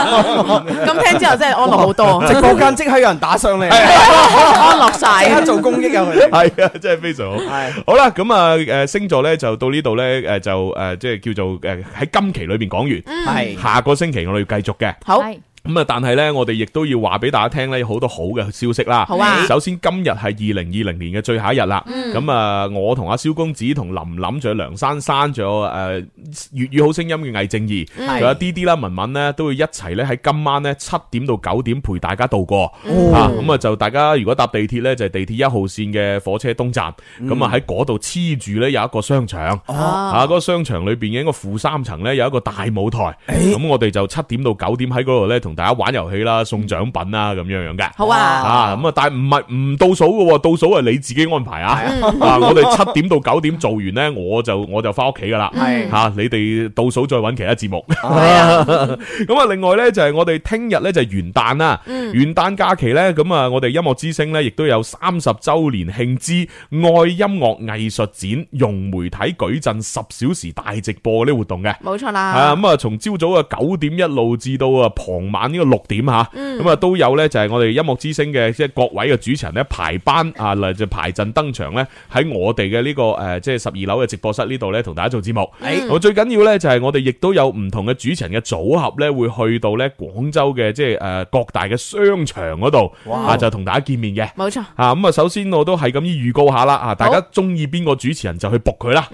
S4: 咁聽之後真係安
S2: [laughs]
S4: 樂好
S5: [laughs]
S4: 多。
S5: 直播間即刻有人打上嚟，
S4: 安樂晒
S5: 即刻做公益啊佢哋。
S2: 系啊，真系非常好。好啦，咁啊，诶，星座咧就到呢度咧，诶就诶，即系叫做诶喺今期里边讲完，
S4: 嗯係
S2: 下個星期我哋要繼續嘅。
S4: 好。
S2: 咁啊，但係咧，我哋亦都要話俾大家聽咧，有好多好嘅消息啦。
S4: 好啊
S2: 首先今日係二零二零年嘅最後一日啦。
S4: 嗯
S2: 咁啊，我同阿蕭公子、同林林、仲有梁珊珊、仲有诶粤语好聲音嘅魏正義，
S4: 嗯
S2: 仲有 D D 啦、文文咧，都會一齊咧喺今晚咧七點到九點陪大家度過。
S1: 哦
S2: 啊，咁啊就大家如果搭地鐵咧，就係地鐵一號線嘅火車東站，咁啊喺嗰度黐住咧有一個商場。
S1: 哦
S2: 啊！嗰、個商場裏邊嘅一個負三層咧，有一個大舞台，咁、我哋就七點到九點喺嗰度咧，同大家玩遊戲啦，送獎品啦，咁樣樣嘅。
S4: 好啊
S2: 啊咁啊，但係唔係唔倒數嘅喎，倒數係你自己安排啊！
S1: 嗯
S2: 啊，我哋七點到九點做完咧，我就我就翻屋企噶
S5: 嗯
S2: 啦。
S1: 係
S2: 嚇、你哋倒數再揾其他節目。
S1: 啊
S2: [laughs] 咁啊，另外咧就係我哋聽日咧就係元旦啊啦，
S1: 嗯
S2: 元旦假期咧，咁啊，我哋音樂之星咧亦都有三十周年慶之愛音樂藝術展融媒體矩陣十小時大直播呢活動嘅。
S4: 冇錯
S2: 啊，
S4: 啦。
S2: 咁啊，從朝早嘅九點一路至到啊傍晚呢個六點吓，
S4: 嗯
S2: 咁啊都有咧就係我哋音樂之星嘅即係各位嘅主持人咧排班啊，嗱就排陣登場咧喺我哋嘅呢個誒即係十二樓嘅直播室呢度咧同大家做節目。
S1: 嗯
S2: 咁最緊要咧就係我哋亦都有唔同嘅主持人嘅組合咧會去到咧廣州嘅即係誒各大嘅商場嗰度
S5: 哦
S4: 哇
S2: 啊就同大家見面嘅。
S4: 冇錯。
S2: 啊，咁啊，首先我都係咁意預告下啦，啊，大家中意邊個主持人就去仆佢啦。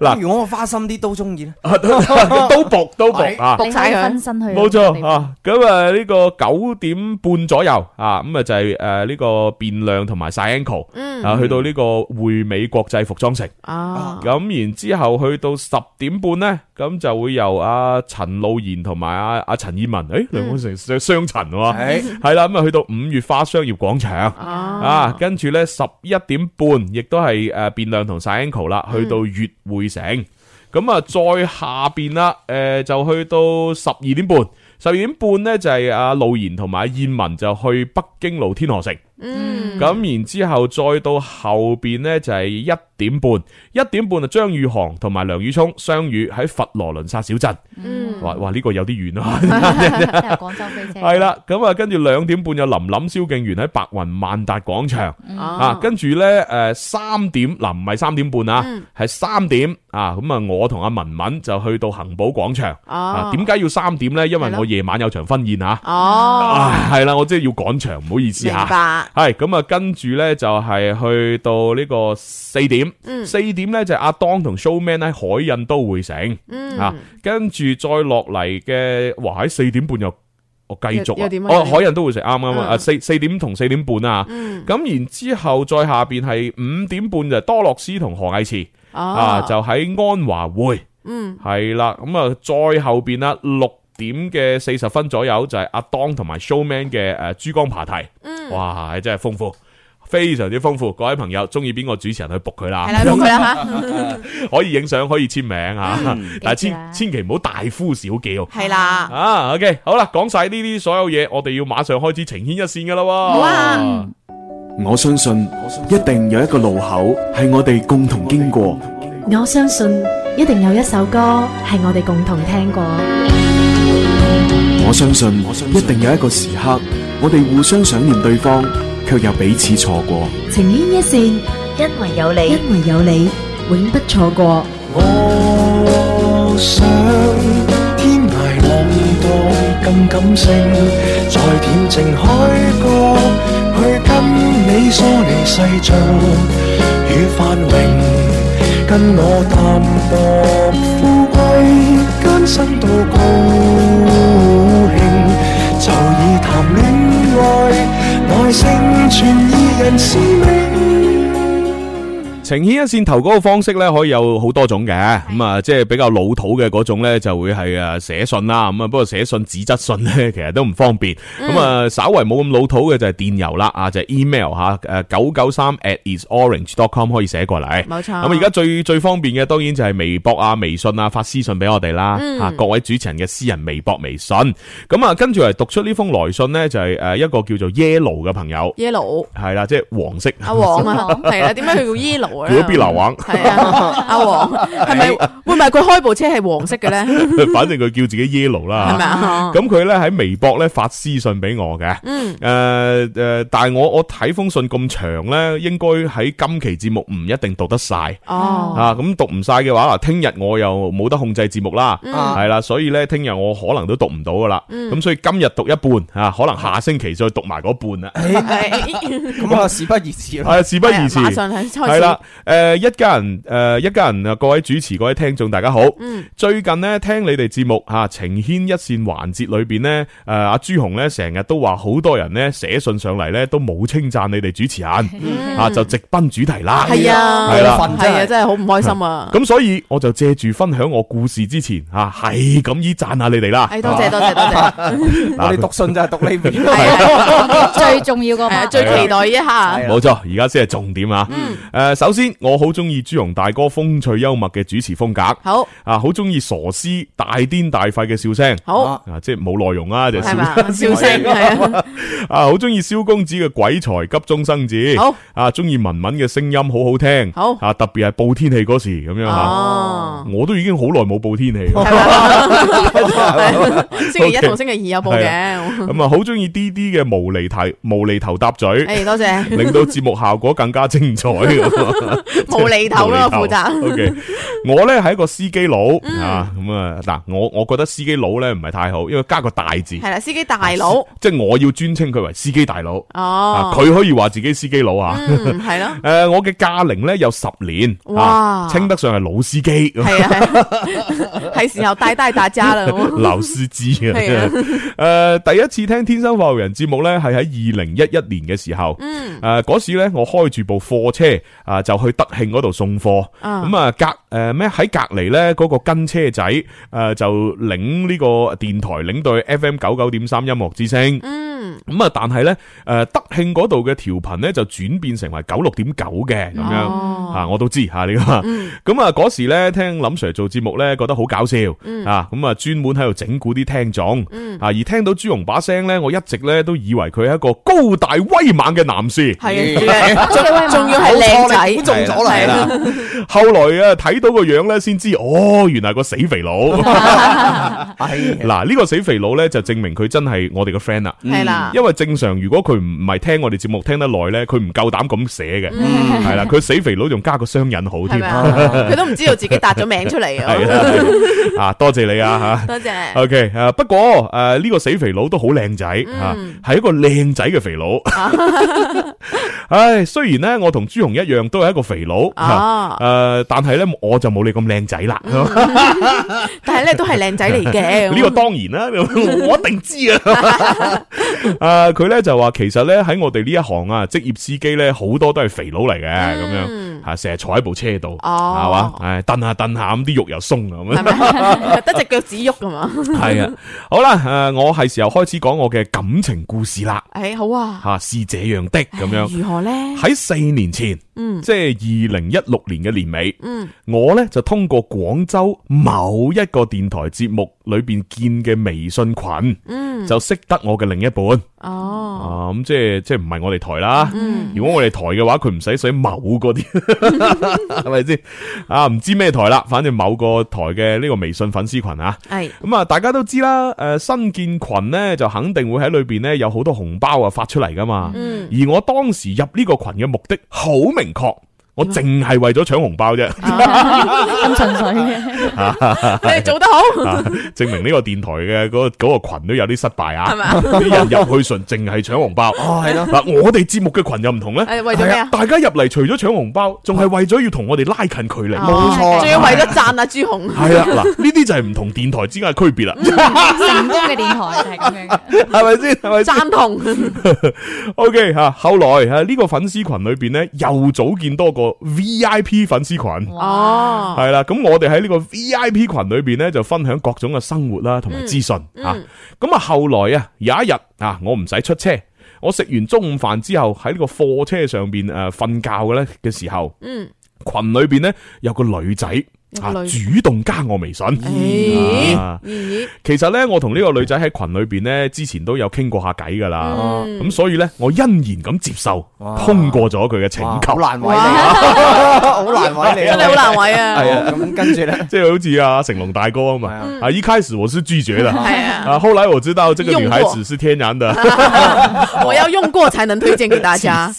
S2: 嗱，
S5: 如果我花心啲都中意咧，
S2: 啊都 [laughs] 搏都搏
S5: 係
S2: 啊，
S5: 搏晒佢分身去
S2: 冇錯啊，咁啊呢個九點半左右啊，咁啊就係诶呢個變量同埋晒 ankle，
S4: 嗯
S2: 啊去到呢個匯美國際服裝城。
S4: 啊，
S2: 咁然之後去到十點半呢，咁就會由阿陳露賢同埋阿阿陳燕文，誒兩個成雙雙陳喎，
S1: 係
S2: 係啦，咁啊去到五月花商業廣場
S4: À.
S2: 啊，跟住呢，十一點半，亦都係誒變量同 s a n c o 啦，去到粵匯城，咁啊再下邊啦，誒就去到十二點半，十二點半呢，就係阿露賢同埋阿燕文就去北京路天河城。
S4: Ừ.
S1: 嗯
S2: 咁然之後再到後邊呢，就係一點半，一點半啊張宇航同埋梁宇聰相遇喺佛羅倫薩小鎮。
S1: 嗯
S2: [laughs] 哇哇呢、個有啲遠啊！
S1: 广州飞车
S2: [laughs] 係
S3: [laughs]
S2: 啦，咁啊，跟住兩點半有林林、蕭敬元喺白雲萬達廣場
S4: Ừ.
S1: 嗯
S2: 啊，跟住呢，诶三點嗱唔係三點半
S4: Ừ.
S2: 啊
S1: 嗯，
S2: 係三點啊，咁啊我同阿文文就去到恒寶廣場
S1: 哦
S4: Ờ.
S2: 啊，點解要三點呢？因為我夜晚有場婚宴啊。
S4: Ờ.
S1: 哦
S2: 啊，系啦，我即系要赶场，唔好意思
S1: 明
S2: 吓
S1: 白。
S2: 系咁啊，跟住呢就係去到呢個四點，
S4: ừ,
S1: 嗯
S2: 四點呢就係阿當同 Showman 喺海印都匯城，
S4: ừ,
S1: 嗯
S2: 啊，跟住再落嚟嘅，哇喺四點半又。我繼續
S1: 又又點
S2: 啊！
S1: 啊
S2: 哦，
S1: 又點
S2: 海印都會食啱啱啊！
S1: 嗯
S2: 四四點同四點半啊，
S4: Ừ.
S1: 嗯
S2: 咁然之後再下邊係五點半就係多樂斯同何藝慈
S1: 哦
S4: Ờ.
S2: 啊，就喺安華匯。
S4: Ừ.
S1: 嗯
S2: 系啦，咁啊，再後邊啦，六點嘅四十分左右就係阿當同埋 Showman 嘅诶珠江爬題，
S1: 嗯
S2: 哇，真係豐富，非常之豐富。各位朋友，中意邊個主持人去 book 佢啦，
S1: 係啦 book 佢
S6: [laughs]
S1: 啦
S2: [laughs] 可以影相，可以簽名啊
S1: 嗯，
S2: [laughs] 但係
S1: 記住
S2: 千
S1: 啦
S2: 千祈唔好大呼小叫。
S4: 係啦。
S2: 啊，OK，好啦，講晒呢啲所有嘢，我哋要馬上開始情牽一線噶啦喎。好
S4: 啊，
S13: 我相信一定有一个路口系我哋共同经过，
S12: 我相信一定有一首歌系我哋共同聽過。
S13: 我相信一定有一个时刻，我哋互相想念对方，却又彼此错过。
S12: 情牽一線，因為有你，因為有你，永不錯過。
S9: 我想天涯浪蕩更感性，在恬靜海角去跟你梳理世俗與繁榮，跟我淡薄富貴艱辛到高興，就以談戀愛，耐性全二人使命。
S2: 呈牽一線頭嗰個方式咧，可以有好多種嘅，咁啊，即係比較老土嘅嗰種咧，就會係誒寫信啦，咁啊，不過寫信紙質信咧， [laughs] 其實都唔方便，
S4: 嗯
S2: 咁啊，稍為冇咁老土嘅就係電郵啦，啊，就係 email 吓，誒九九三 at isorange.com 可以寫過嚟，
S4: 冇錯
S2: 咁而家最最方便嘅當然就係微博啊、微信啊發私信俾我哋啦，
S4: 嗯
S2: 吓各位主持人嘅私人微博、微信，咁啊，跟住嚟讀出呢封來信咧，就係呃誒一個叫做 Yellow 嘅朋友，
S4: Yellow
S2: 係啦，即係黃色，
S4: 阿黃啊，係啦，點解佢叫 yellow
S2: 佢都必
S4: 咧？
S2: 流玩。
S4: 係啊，阿黃係咪會唔係佢開部車係黃色嘅咧？
S2: [laughs] 反正佢叫自己 yellow 啦，
S4: 係咪啊
S2: 咁佢咧喺微博咧發私信俾我嘅，
S4: 嗯
S2: 誒誒，但係我我睇封信咁長咧，應該喺今期節目唔一定讀得晒。
S4: 哦
S2: 啊，咁讀唔晒嘅話，嗱，聽日我又冇得控制節目啦，
S4: 嗯
S2: 係啦，所以咧，聽日我可能都讀唔到噶啦，
S4: 嗯
S2: 咁所以今日讀一半啊，可能下星期再讀埋嗰半
S4: [laughs]
S2: 啦。
S5: 咁啊，事不宜遲
S2: 係啊，事不宜遲，
S4: 馬上係開始
S2: 係啦，诶，一家人，诶，一家人啊，各位主持，各位聽眾，大家好。
S4: 嗯
S2: 最近呢，聽你哋節目吓，情牽一線環節裏边呢，诶，阿朱紅呢，成日都話好多人呢寫信上嚟呢，都冇稱讚你哋主持
S4: Ừ.
S2: 人，啊，就直奔主題啦。
S4: 嗯係啊，
S2: 係啦，
S4: 係啊，真係好唔開心啊！
S2: 咁所以我就借住分享我故事之前吓，係咁依讚下你哋啦。啊
S4: 誒，多謝多謝多謝，
S2: 嗱，你
S5: 讀信就係讀呢邊，
S3: 最重要嗰
S4: 係啊
S3: part
S4: 最期待一下，
S2: 啊冇錯，而家先係重點啊！誒、
S4: 嗯
S2: 首先我好中意朱容大哥風趣幽默嘅主持風格，
S4: 好
S2: 啊，好中意傻師大癲大肺嘅笑聲，
S4: 好
S2: 啊，即係冇內容啦，就笑
S4: 係嘛？笑聲係啊，
S2: 啊，好中意蕭公子嘅鬼才急中生智， [laughs]
S4: 好
S2: 啊，中意文文嘅聲音好好聽，
S4: 好
S2: 啊，特別係報天氣嗰時咁樣
S4: 哦
S2: 嚇，我都已經好耐冇報天
S4: [laughs]
S2: 氣啦。 [laughs]
S4: 星期一
S2: OK
S4: 同星期二有報
S2: 係啊
S4: 嘅。
S2: 咁啊，好中意 D D 嘅無厘頭無厘頭搭嘴，
S4: [laughs] 誒多謝
S2: 令到節目效果更加精
S4: [laughs]
S2: 彩。
S4: 無厘頭啦
S2: 無厘
S4: 我負責嗯
S2: O K，我咧係一個司機佬啊，咁啊嗱，我我覺得司機佬咧唔係太好，因為加個大字
S4: 係，啦，司機大佬，
S2: 即係我要專稱佢為司機大佬。啊
S4: 哦，
S2: 佢可以話自己司機佬啊。
S4: 嗯係咯，
S2: 诶、我嘅駕齡咧有十年，啊
S4: 哇
S2: 稱得上係老司機。
S4: 係啊係啊，係時候帶帶大
S2: [laughs]
S4: 家啦， [laughs] 咁
S2: 老司機啊！
S4: 係啊
S2: 诶、第一次聽《天生發育人》節目咧，係喺二零一一年嘅時候。
S4: 嗯
S2: 诶，嗰、時时咧，我開住部貨車啊，就去德慶嗰度送貨。
S4: 啊
S2: 咁啊，隔诶咩喺隔離咧嗰個跟車仔诶、誒就領呢個電台領到 FM 九九點三音樂之聲。
S4: 嗯
S2: 咁啊，但系咧，诶，德慶嗰度嘅調頻咧就轉變成為九六點九嘅咁樣
S4: 哦
S2: 啊，我都知吓呢個。咁啊，嗰時咧聽林 Sir 做節目咧，覺得好搞笑
S4: 嗯
S2: 啊，咁啊專門喺度整蠱啲聽眾
S4: 嗯
S2: 啊，而聽到朱紅把聲咧，我一直咧都以為佢係一個高大威猛嘅男
S4: [laughs]
S2: 士。
S4: 係啊，仲仲要係靚仔，
S5: 估中咗啦
S4: 係啊
S2: 後來啊睇到個樣咧，先知哦，原來個死肥佬。
S4: [laughs]
S2: 嗱，呢個死肥佬咧就證明佢真係我哋嘅 friend 啦。
S4: 係啦
S2: 因為正常如果佢唔係聽我哋節目聽得耐咧，佢唔夠膽咁寫嘅，係啦，佢死肥佬仲加個雙引號
S4: 嗯係
S2: 添，
S4: 咪啊？佢都唔知道自己答咗名出嚟
S2: 嗯係
S4: 啊！
S2: 啦，係
S4: [laughs]
S2: 啊，多謝你啊吓。
S4: 多謝
S2: O K，诶，啊不過诶呢個死肥佬都好靚仔吓，
S4: 嗯
S2: 係一個靚仔嘅肥
S4: [laughs]
S2: 佬。 [laughs] 唉，雖然咧我同朱紅一樣都係一個肥佬，
S4: 啊嗯
S2: 诶，但係咧我就冇你咁靚仔啦。
S4: 但係咧都係靚仔嚟嘅。
S2: [laughs] 呢個當然啦， [laughs] 我一定知啊！ [laughs] 啊，佢咧就話其實咧喺我哋呢一行啊，職業司機咧好多都係肥佬嚟嘅咁
S4: 嗯
S2: 樣，嚇啊成日坐喺部車度，
S4: 哦
S2: 係嘛？唉，蹬下蹬下咁啲肉又鬆啊咁
S4: [laughs] 係
S2: 樣。
S4: 咪？得隻腳趾喐噶嘛？
S2: [laughs] 係啊，好啦，誒，我係時候開始講我嘅感情故事啦，
S4: 誒好啊，
S2: 嚇
S4: 嗯
S2: 是這樣的咁樣。
S4: 如何咧？
S2: 喺四年前，
S4: 哎嗯
S2: 即係二零一六年嘅年尾，
S4: 嗯
S2: 我呢就通過廣州某一個電台節目裏邊見嘅微信群，
S4: 嗯，
S2: 就識得我嘅另一半。啊，
S4: 哦，
S2: 咁即係即系唔係我哋台啦。
S4: 嗯
S2: 如果我哋台嘅話，佢唔使寫某嗰啲，
S4: [laughs]
S2: [laughs] 係咪先？啊，唔知咩台啦，反正某個台嘅呢個微信粉絲群啊。
S4: 係
S2: 咁啊，大家都知啦，诶、新建群呢，就肯定會喺裏边呢有好多紅包啊發出嚟噶嘛。 [laughs]
S4: 嗯
S2: 而我當時入呢個群嘅目的好明確，我淨
S3: 啊
S2: 係為咗搶紅包啫。
S3: 咁純粹嘅，
S4: 你做得好，
S2: 啊證明呢個電台嘅嗰嗰個群都有啲失敗
S3: [laughs]
S2: 啊
S4: 係咪啊！
S2: [laughs] 啲人入去純淨係搶紅包，
S5: 哦係咯
S2: 嗱，我哋節目嘅群又唔同咧，
S4: 誒為咗咩啊？
S2: 大家入嚟除咗搶紅包，仲係為咗要同我哋拉近距離。
S3: 哦
S5: 冇錯啊
S4: 仲要為咗讚阿朱紅，
S2: [laughs] 係啊，嗱，呢啲就係唔同電台之間嘅區別啦，
S3: 嗯成功嘅電台就係咁樣嘅。
S2: 係咪先？係咪先
S4: 贊
S2: [laughs]
S4: 同，
S2: ？O K 吓，後來吓呢個粉絲群裏边咧又組建多個個 V I P 粉絲群。
S4: 哦，
S2: 系啦，咁我哋喺呢個 V I P 群裏边咧，就分享各種嘅生活啦，同埋資訊
S4: 嗯
S2: 啊
S4: 嗯。
S2: 咁啊，後來啊，有一日啊，我唔使出車，我食完中午飯之後喺呢個貨車上边诶瞓覺嘅咧嘅時候，
S4: 嗯，
S2: 群裏边咧有個女仔啊
S4: 有個女
S2: 主動加我微信。
S4: 咦
S2: 啊
S4: 咦，
S2: 其實咧，我同呢個女仔喺群裏边咧，之前都有傾過下偈噶啦，
S4: 嗯
S2: 咁所以咧，我欣然咁接受，通過咗佢嘅請求。
S9: 好難為你啊，好難為你啊，
S4: 真係好難為
S2: [laughs]
S4: 啊
S2: 系啊，
S9: 咁跟住咧，
S2: 即係好似啊成龍大哥啊嘛，啊一開始我是拒絕的，
S4: 係
S2: [laughs]
S4: 啊
S2: 啊後來我知道這個女孩子是天然的。啊
S4: 我要用过才能推荐给大
S2: [laughs]
S4: 家。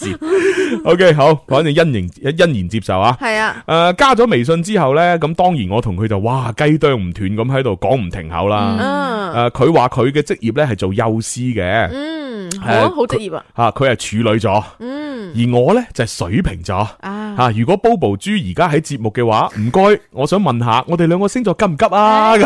S2: OK，好，反正欣然欣然接受啊。
S4: 係啊
S2: 诶、加咗微信之後呢，咁當然我同佢就哇雞啄唔斷咁喺度講唔停口啦。
S4: 嗯
S2: 誒佢話佢嘅職業呢係做幼師嘅，
S4: 嗯，
S2: 誒
S4: 好好职业啊。
S2: 吓佢係處女座，
S4: 嗯，
S2: 而我呢就係水瓶座。
S4: 啊，
S2: 吓，如果 Bobo 豬而家喺節目嘅話，唔該，我想問下，我哋兩個星座急唔急啊？ [laughs] 咁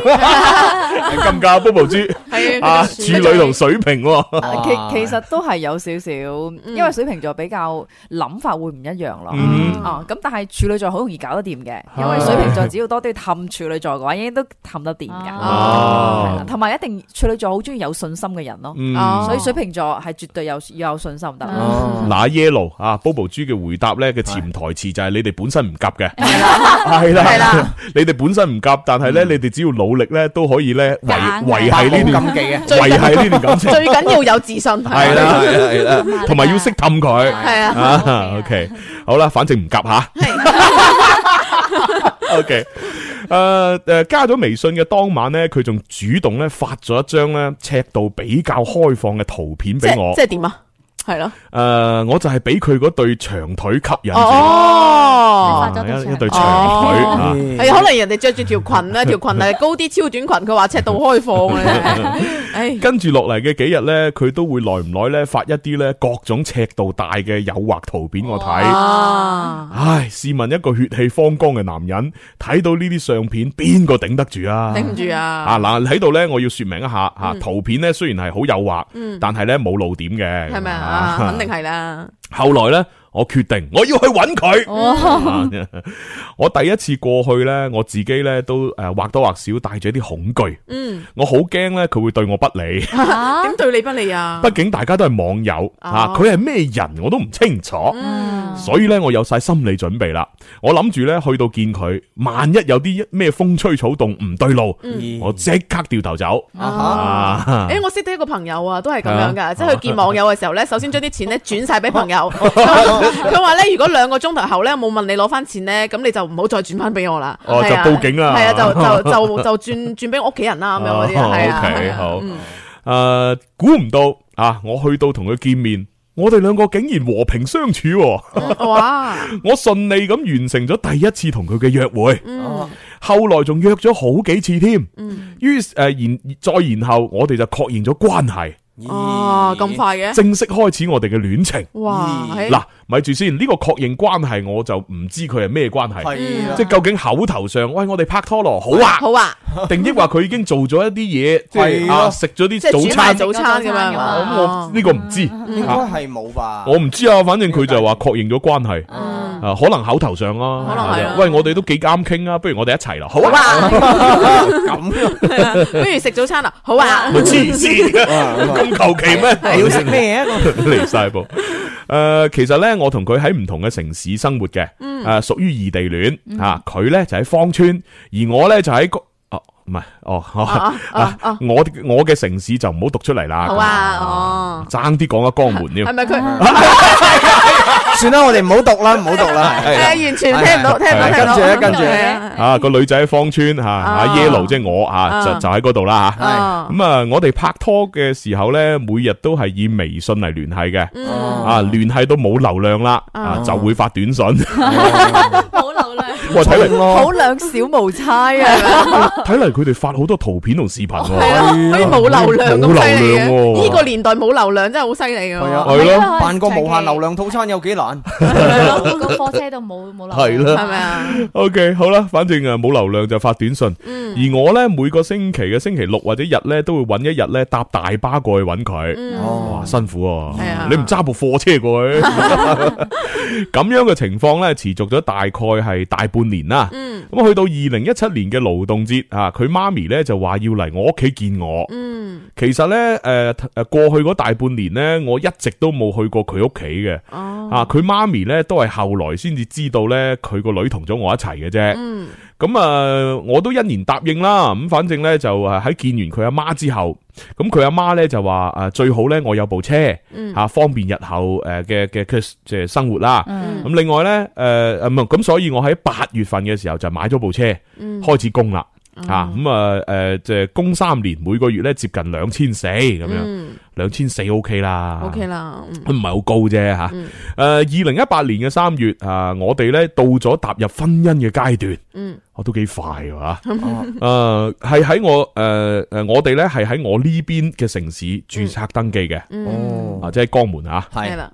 S2: 急唔急啊？Bobo 豬
S6: 係
S2: 啊，
S4: [laughs]
S6: 啊
S2: 處女同水瓶喎，
S6: 其其實都係有少少，因為水瓶座比較諗法會唔一樣咯。
S2: 嗯
S6: 啊，咁但係處女座好容易搞得掂嘅，因為
S2: [laughs]
S6: 水瓶座只要多啲氹處女座嘅話，應該都氹得掂嘅。
S3: 哦
S6: 係啦
S2: 哦
S6: 同埋一定處女座好中意有信心嘅人咯
S2: 嗯哦，
S6: 所以水瓶座係絕對有要有信心得。
S2: 那 yellow 啊，Bobo 豬嘅回答咧嘅潛台詞就係你哋本身唔夾嘅， [laughs] 係啦，係啦， [laughs] 嗯你哋本身唔夾，但係咧你哋只要努力咧都可以咧維
S4: 夾硬
S2: 維係呢
S9: 百無禁
S2: 段 [laughs]
S9: 忌嘅
S2: 維係呢段感情，
S4: 最緊要有自信。係
S2: 係啦係啦係啦，同埋要識氹佢，
S4: 係啊
S2: 啊，OK，好啦，反正唔夾吓。O K，诶诶，呃加咗微信嘅當晚咧，佢仲主動咧發咗一張咧尺度比較開放嘅圖片
S4: 即
S2: 俾我。
S4: 即系点啊？係咯。
S2: 诶、我就係俾佢嗰對長腿吸引住，
S4: 哦，
S2: 啊一一對長腿啊。
S4: 係可能人哋着住條裙
S2: [laughs]
S4: 啊咧，條裙係高啲超短裙，佢話尺度開放啊咧。唉， [laughs]
S2: 跟住落嚟嘅幾日咧，佢都會耐唔耐咧發一啲咧各種尺度大嘅誘惑圖片我睇。
S4: À。啊，
S2: 唉，試問一個血氣方剛嘅男人睇到呢啲相片，邊個頂得住啊？
S4: 頂唔住啊
S2: 啊嗱，喺度咧，我要說明一下吓，圖片咧雖然係好誘惑，
S4: 嗯
S2: 但係咧冇露點嘅，
S4: 係咪啊？
S2: [laughs]
S4: 肯定係啦。
S2: 后来咧，我決定我要去揾佢。
S4: 哦
S2: [laughs] 啊我第一次過去咧，我自己咧都诶或多或少帶咗啲恐懼。
S4: 嗯，
S2: 我好驚咧，佢會對我不利。
S4: 點對你不利啊？
S2: 畢竟大家都係網友啊，
S4: 哦
S2: 佢係咩人我都唔清楚，
S3: 嗯
S2: 所以咧我有晒心理準備啦。我諗住咧去到見佢，萬一有啲咩風吹草動唔對路，
S4: 嗯
S2: 我即刻掉頭走。
S5: 哦
S2: 啊
S4: 诶，我識得一個朋友啊，都係咁樣
S2: 啊
S4: 噶，即係佢見網友嘅時候咧，首先將啲錢咧轉晒俾朋
S2: [laughs]
S4: 友。 [laughs] 佢話咧，如果兩個鐘頭後咧冇問你攞翻錢咧，咁你就唔好再轉翻俾我啦。
S2: 哦
S4: 係啊
S2: 就報警啦
S4: 係啊，就就就就轉轉俾我屋企人啦，咁樣嗰啲
S2: 哦
S4: 係啊。
S2: OK，
S4: 係啊
S2: 好
S4: 嗯
S2: 诶，估唔到啊！我去到同佢見面，我哋兩個竟然和平相處喎。
S4: [laughs] 哇！
S2: 我順利咁完成咗第一次同佢嘅約會，
S4: Ừ.
S2: 後來仲約咗好幾次添。於诶然再然後，我哋就確認咗關係，
S4: 哦，咁快嘅，
S2: 正式開始我哋嘅戀情。
S4: 哇！係
S2: 嗱，咪住先，呢、個確認關係我就唔知佢係咩關
S4: Ừ.
S2: 係，
S9: 係啊
S2: 即系究竟口頭上，喂，我哋拍拖咯，好啊，
S4: 好啊，
S2: 定抑或佢已經做咗一啲嘢，即係
S9: 係
S2: 啊
S9: 咯
S2: 食咗
S4: 即係
S2: 啲早
S4: 煮埋
S2: 餐，
S4: 早餐咁樣啊。
S2: 咁我呢個唔知，
S9: 應該
S2: 啊
S9: 係冇吧？
S2: 我唔知啊，反正佢就話確認咗關係，啊，可能口頭上啦，
S4: 可能係啊
S2: 喂，我哋都幾啱傾啊，不如我哋一齊啦，好
S4: 好
S2: 啊，
S4: 啊，
S9: 咁
S4: 係啊不如食早餐啦，好啊
S2: 咪，黐
S4: [laughs]
S2: 線嘅
S5: Ờ,
S2: 咁求其咩？
S9: 你要食咩啊？
S2: [laughs] 離晒步。诶、其實咧，我同佢喺唔同嘅城市生活嘅，
S9: 嗯
S2: 诶、屬於異地戀啊。佢咧就喺芳村，而我咧就喺個哦，唔係哦，
S4: 啊啊啊
S2: [laughs] 我我嘅城市就唔好讀出嚟啦。
S4: 好啊，嗯哦，
S2: 爭啲講咗江
S4: [laughs]
S2: 門添
S4: 係。咪佢？
S9: 算啦，我哋唔好讀啦，唔好讀啦。
S4: 係啊，完全聽唔到，聽唔到，聽唔到。
S9: 跟住跟住
S4: 係啊
S2: 啊，個女仔喺芳村吓，阿 Yellow 即係我吓，
S4: 啊
S2: 就就喺嗰度啦吓。
S4: 啊
S2: 咁啊，我哋拍拖嘅時候咧，每日都係以微信嚟聯繫嘅，啊，聯繫到冇流量啦，啊，
S4: 啊
S2: 就會發短信。冇流喂，睇嚟
S6: 好兩小無猜啊！
S2: 睇嚟佢哋發好多圖片同視頻喎，
S4: 係啊咯，所以冇流量
S2: 冇
S4: 咁犀利
S2: 流量
S4: 嘅，
S2: 喎。
S4: 呢個年代冇流量真係好犀利嘅喎。
S2: 係啊係咯
S5: 辦個無限
S3: [laughs]
S5: 流量套餐有幾難？
S3: 個貨車度冇冇
S2: 系
S3: 流量，
S2: 啦，
S3: 係咪啊？
S2: ？OK，好啦，反正啊冇流量就發短信。
S4: 嗯 Ừ.
S2: 而我呢，每個星期嘅星期六或者日呢，都會揾一日呢搭大巴過去揾佢。
S4: 嗯 Ừ.
S5: Dạ.
S2: 哇，辛苦
S9: 係
S2: 啊
S9: 啊！
S2: 你唔揸部貨車過
S4: [laughs]
S2: 去，咁樣嘅情況呢，持續咗大概係大半年啦。
S4: Ừ.
S9: 嗯
S2: 咁去到二零一七年嘅勞動節啊，佢媽咪呢就話要嚟我屋企見我。
S4: Ừ.
S9: 嗯，
S2: 其實呢，诶、诶，过去嗰大半年呢，我一直都冇去過佢屋企嘅。
S9: 哦
S2: 啊，佢媽咪呢都係後來先至知道呢，佢個女同咗我一齊嘅啫。
S4: Ừ.
S9: 嗯
S2: 咁啊、我都欣然答應啦。咁反正呢，就誒喺見完佢阿媽之後，咁佢阿媽呢就話誒、啊最好呢，我有部車嚇、
S9: 嗯
S2: 啊方便日後誒嘅嘅嘅即係生活啦。咁、
S9: 嗯
S2: 另外呢，誒誒唔係咁，所以我喺八月份嘅時候就買咗部車，
S4: Ừ.
S9: 嗯
S2: 開始供啦。吓
S4: 嗯
S2: 咁啊誒，即係供三年，每個月咧接近兩千四咁樣
S9: 嗯，
S2: 兩千四 OK 啦
S4: Ừ. OK Ừ. 啦，嗯
S2: 唔係好高啫吓。誒
S4: 嗯，
S2: 二零一八年嘅三月啊，我哋咧到咗踏入婚姻嘅階段，
S4: 嗯，
S2: 我都幾快㗎
S4: [laughs]
S2: 吓。誒係喺我誒誒，我哋咧係喺我呢邊嘅城市註冊登記嘅，
S4: 嗯
S2: 哦，啊即係江門啊，
S4: 係啦，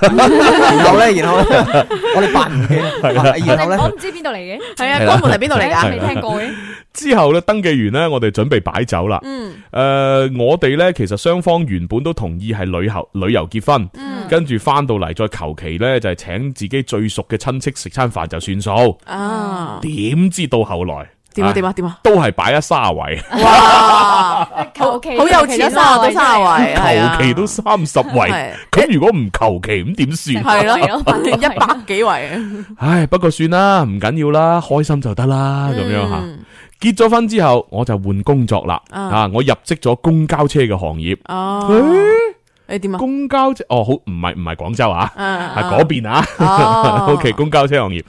S5: 然後咧，然後咧，我哋扮唔記
S2: 係啦
S5: 得，然後咧，
S3: 我唔知邊度嚟嘅，
S4: 係
S2: 係啦江門係邊度嚟㗎
S3: 係啊未聽過嘅，
S2: 之後咧登記完咧，我哋準備擺酒啦。
S3: 嗯
S2: 誒、我哋呢，其實雙方原本都同意係旅遊旅遊結婚，
S4: 嗯
S2: 跟住翻到嚟再求其呢，就係、請自己最熟嘅親戚食餐飯就算數。
S4: 啊，
S2: 點知到後來
S4: 點啊點啊點啊，
S2: 都係擺咗卅
S4: [laughs]
S2: 圍，
S4: Ờ,
S3: 求其
S4: [laughs] 好有錢啊，到三圍係啊，
S2: 求其都三十圍
S4: 係。
S2: 咁如果唔求其咁點算？
S4: 係咯，反正一百幾圍，
S2: 唉，不過算啦，唔緊要啦，開心就得啦，
S4: 嗯
S2: 咁樣嚇。
S4: Ừ.
S2: 結咗婚之後，我就換工作啦，
S4: 啊
S2: 啊，我入職咗公交車嘅行業。
S4: Ờ. 哦，你點啊？
S2: 公交車哦，好唔係唔係廣州啊，
S4: 啊啊
S2: 係嗰邊啊。
S4: 哦
S2: à, [laughs] OK，公交車行業。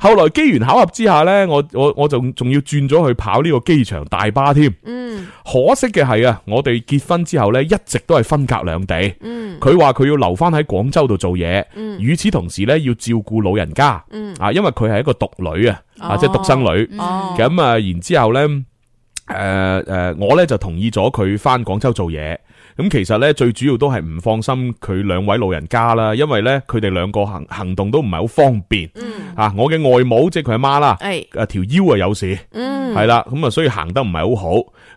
S2: 後來機緣巧合之下呢，我我我仲仲要轉咗去跑呢個機場大巴添。
S4: 嗯，
S2: 可惜嘅係啊，我哋結婚之後呢，一直都係分隔兩地。
S4: Ừ,
S2: 佢話佢要留翻喺廣州度做嘢，
S9: 嗯
S2: 與此同時呢，要照顧老人家。
S4: ừ.
S9: 嗯
S2: 啊，因為佢係一個獨女啊，啊
S9: 哦
S2: 即係獨生女。
S4: Ờ.
S9: 哦
S2: 咁啊，然之後呢。誒誒、呃我咧就同意咗佢翻廣州做嘢。咁其實咧最主要都係唔放心佢兩位老人家啦，因為咧佢哋兩個行行動都唔係好方便。啊，我嘅外母即係佢阿媽啦，
S4: 係
S2: 誒條腰啊有事，
S4: 嗯
S2: 係啦，咁啊所以行得唔係好好。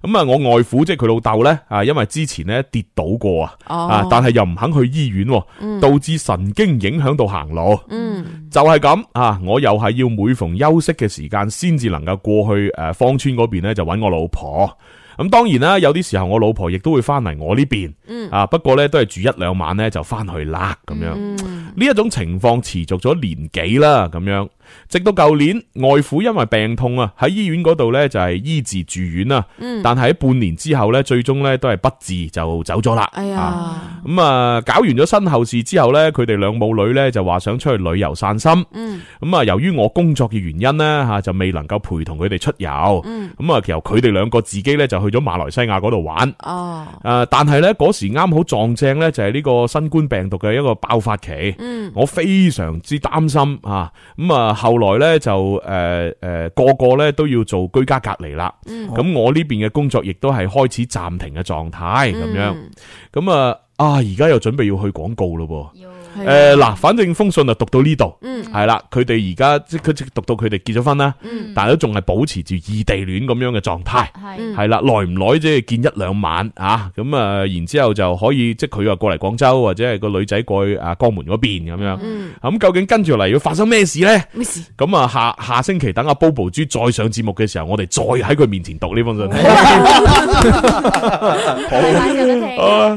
S2: 咁啊，我外父即係佢老豆咧，啊因為之前咧跌倒過啊，
S4: 哦
S2: 啊但係又唔肯去醫院喎，
S4: 嗯
S2: 導致神經影響到行路。
S4: 嗯
S2: 就係咁啊！我又係要每逢休息嘅時間，先至能夠過去诶芳村嗰邊咧，就揾我老婆。咁當然啦，有啲時候我老婆亦都會翻嚟我呢邊，
S9: 嗯
S2: 啊，不過咧都係住一兩晚咧就翻去啦，咁樣。
S4: 嗯
S2: 呢一種情況持續咗年幾啦，咁樣，直到舊年外父因為病痛啊，喺醫院嗰度咧就係醫治住院啦，
S9: 嗯
S2: 但係喺半年之後咧，最終咧都係不治就走咗啦。
S4: 哎呀，
S2: 咁啊，搞完咗身後事之後呢，佢哋兩母女呢就話想出去旅遊散心。
S4: 嗯
S2: 咁啊，由於我工作嘅原因呢，啊吓就未能夠陪同佢哋出遊。
S4: 嗯
S2: 咁啊，其實佢哋兩個自己呢就去咗馬來西亞嗰度玩。
S4: 哦，
S2: 誒，但係呢，嗰時啱好撞正呢，就係呢個新冠病毒嘅一個爆發期。
S4: 嗯
S2: 我非常之擔心啊。咁啊，後來呢，就誒誒、呃個個呢都要做居家隔離啦。
S4: ừ.
S9: 嗯
S4: 哦
S2: 咁、我呢邊嘅工作亦都係開始暫停嘅狀
S4: Ừ.
S2: 態咁樣。
S9: 嗯
S2: 咁啊啊，而家又準備要去廣告咯喎。
S9: 係啊
S2: 誒嗱，反正封信就讀到呢度，
S4: Ừ.
S9: 嗯
S2: 係啦，佢哋而家即係佢即係讀到佢哋結咗婚啦，
S4: Ừ.
S9: 嗯
S2: 但係都仲係保持住異地戀咁樣嘅狀態，
S9: 嗯
S2: 係啦，耐唔耐即係見一兩晚啊，咁啊，然之後就可以即係佢又過嚟廣州，或者係個女仔過去啊江門嗰邊咁
S4: Ừ.
S2: 樣，
S9: 嗯
S2: 咁究竟跟住嚟要發生咩事呢？
S4: 咩事？
S2: 咁啊，下下星期等阿 Bobo 豬再上節目嘅時候，我哋再喺佢面前讀呢封信。 [laughs] 啊，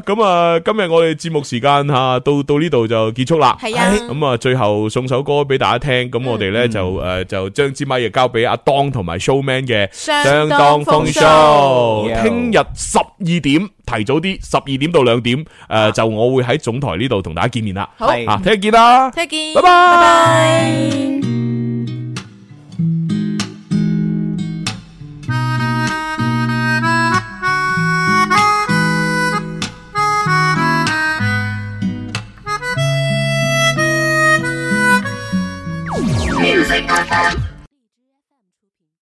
S2: 咁啊，今日我哋節目時間吓到到呢度就結束啦。
S9: 係啊
S2: 咁啊，最後送首歌俾大家聽。咁我哋咧就诶就將支咪亦交俾阿當同埋 Showman 嘅
S9: 相
S2: 當
S9: 當
S2: 風
S9: 風騷
S2: show。聽日十二點提早啲，十二點到兩點诶就我會喺總台呢度同大家見面啦。
S9: 好
S2: 啊，聽日見啦，
S4: 聽日見
S2: 拜拜。
S9: Music FM.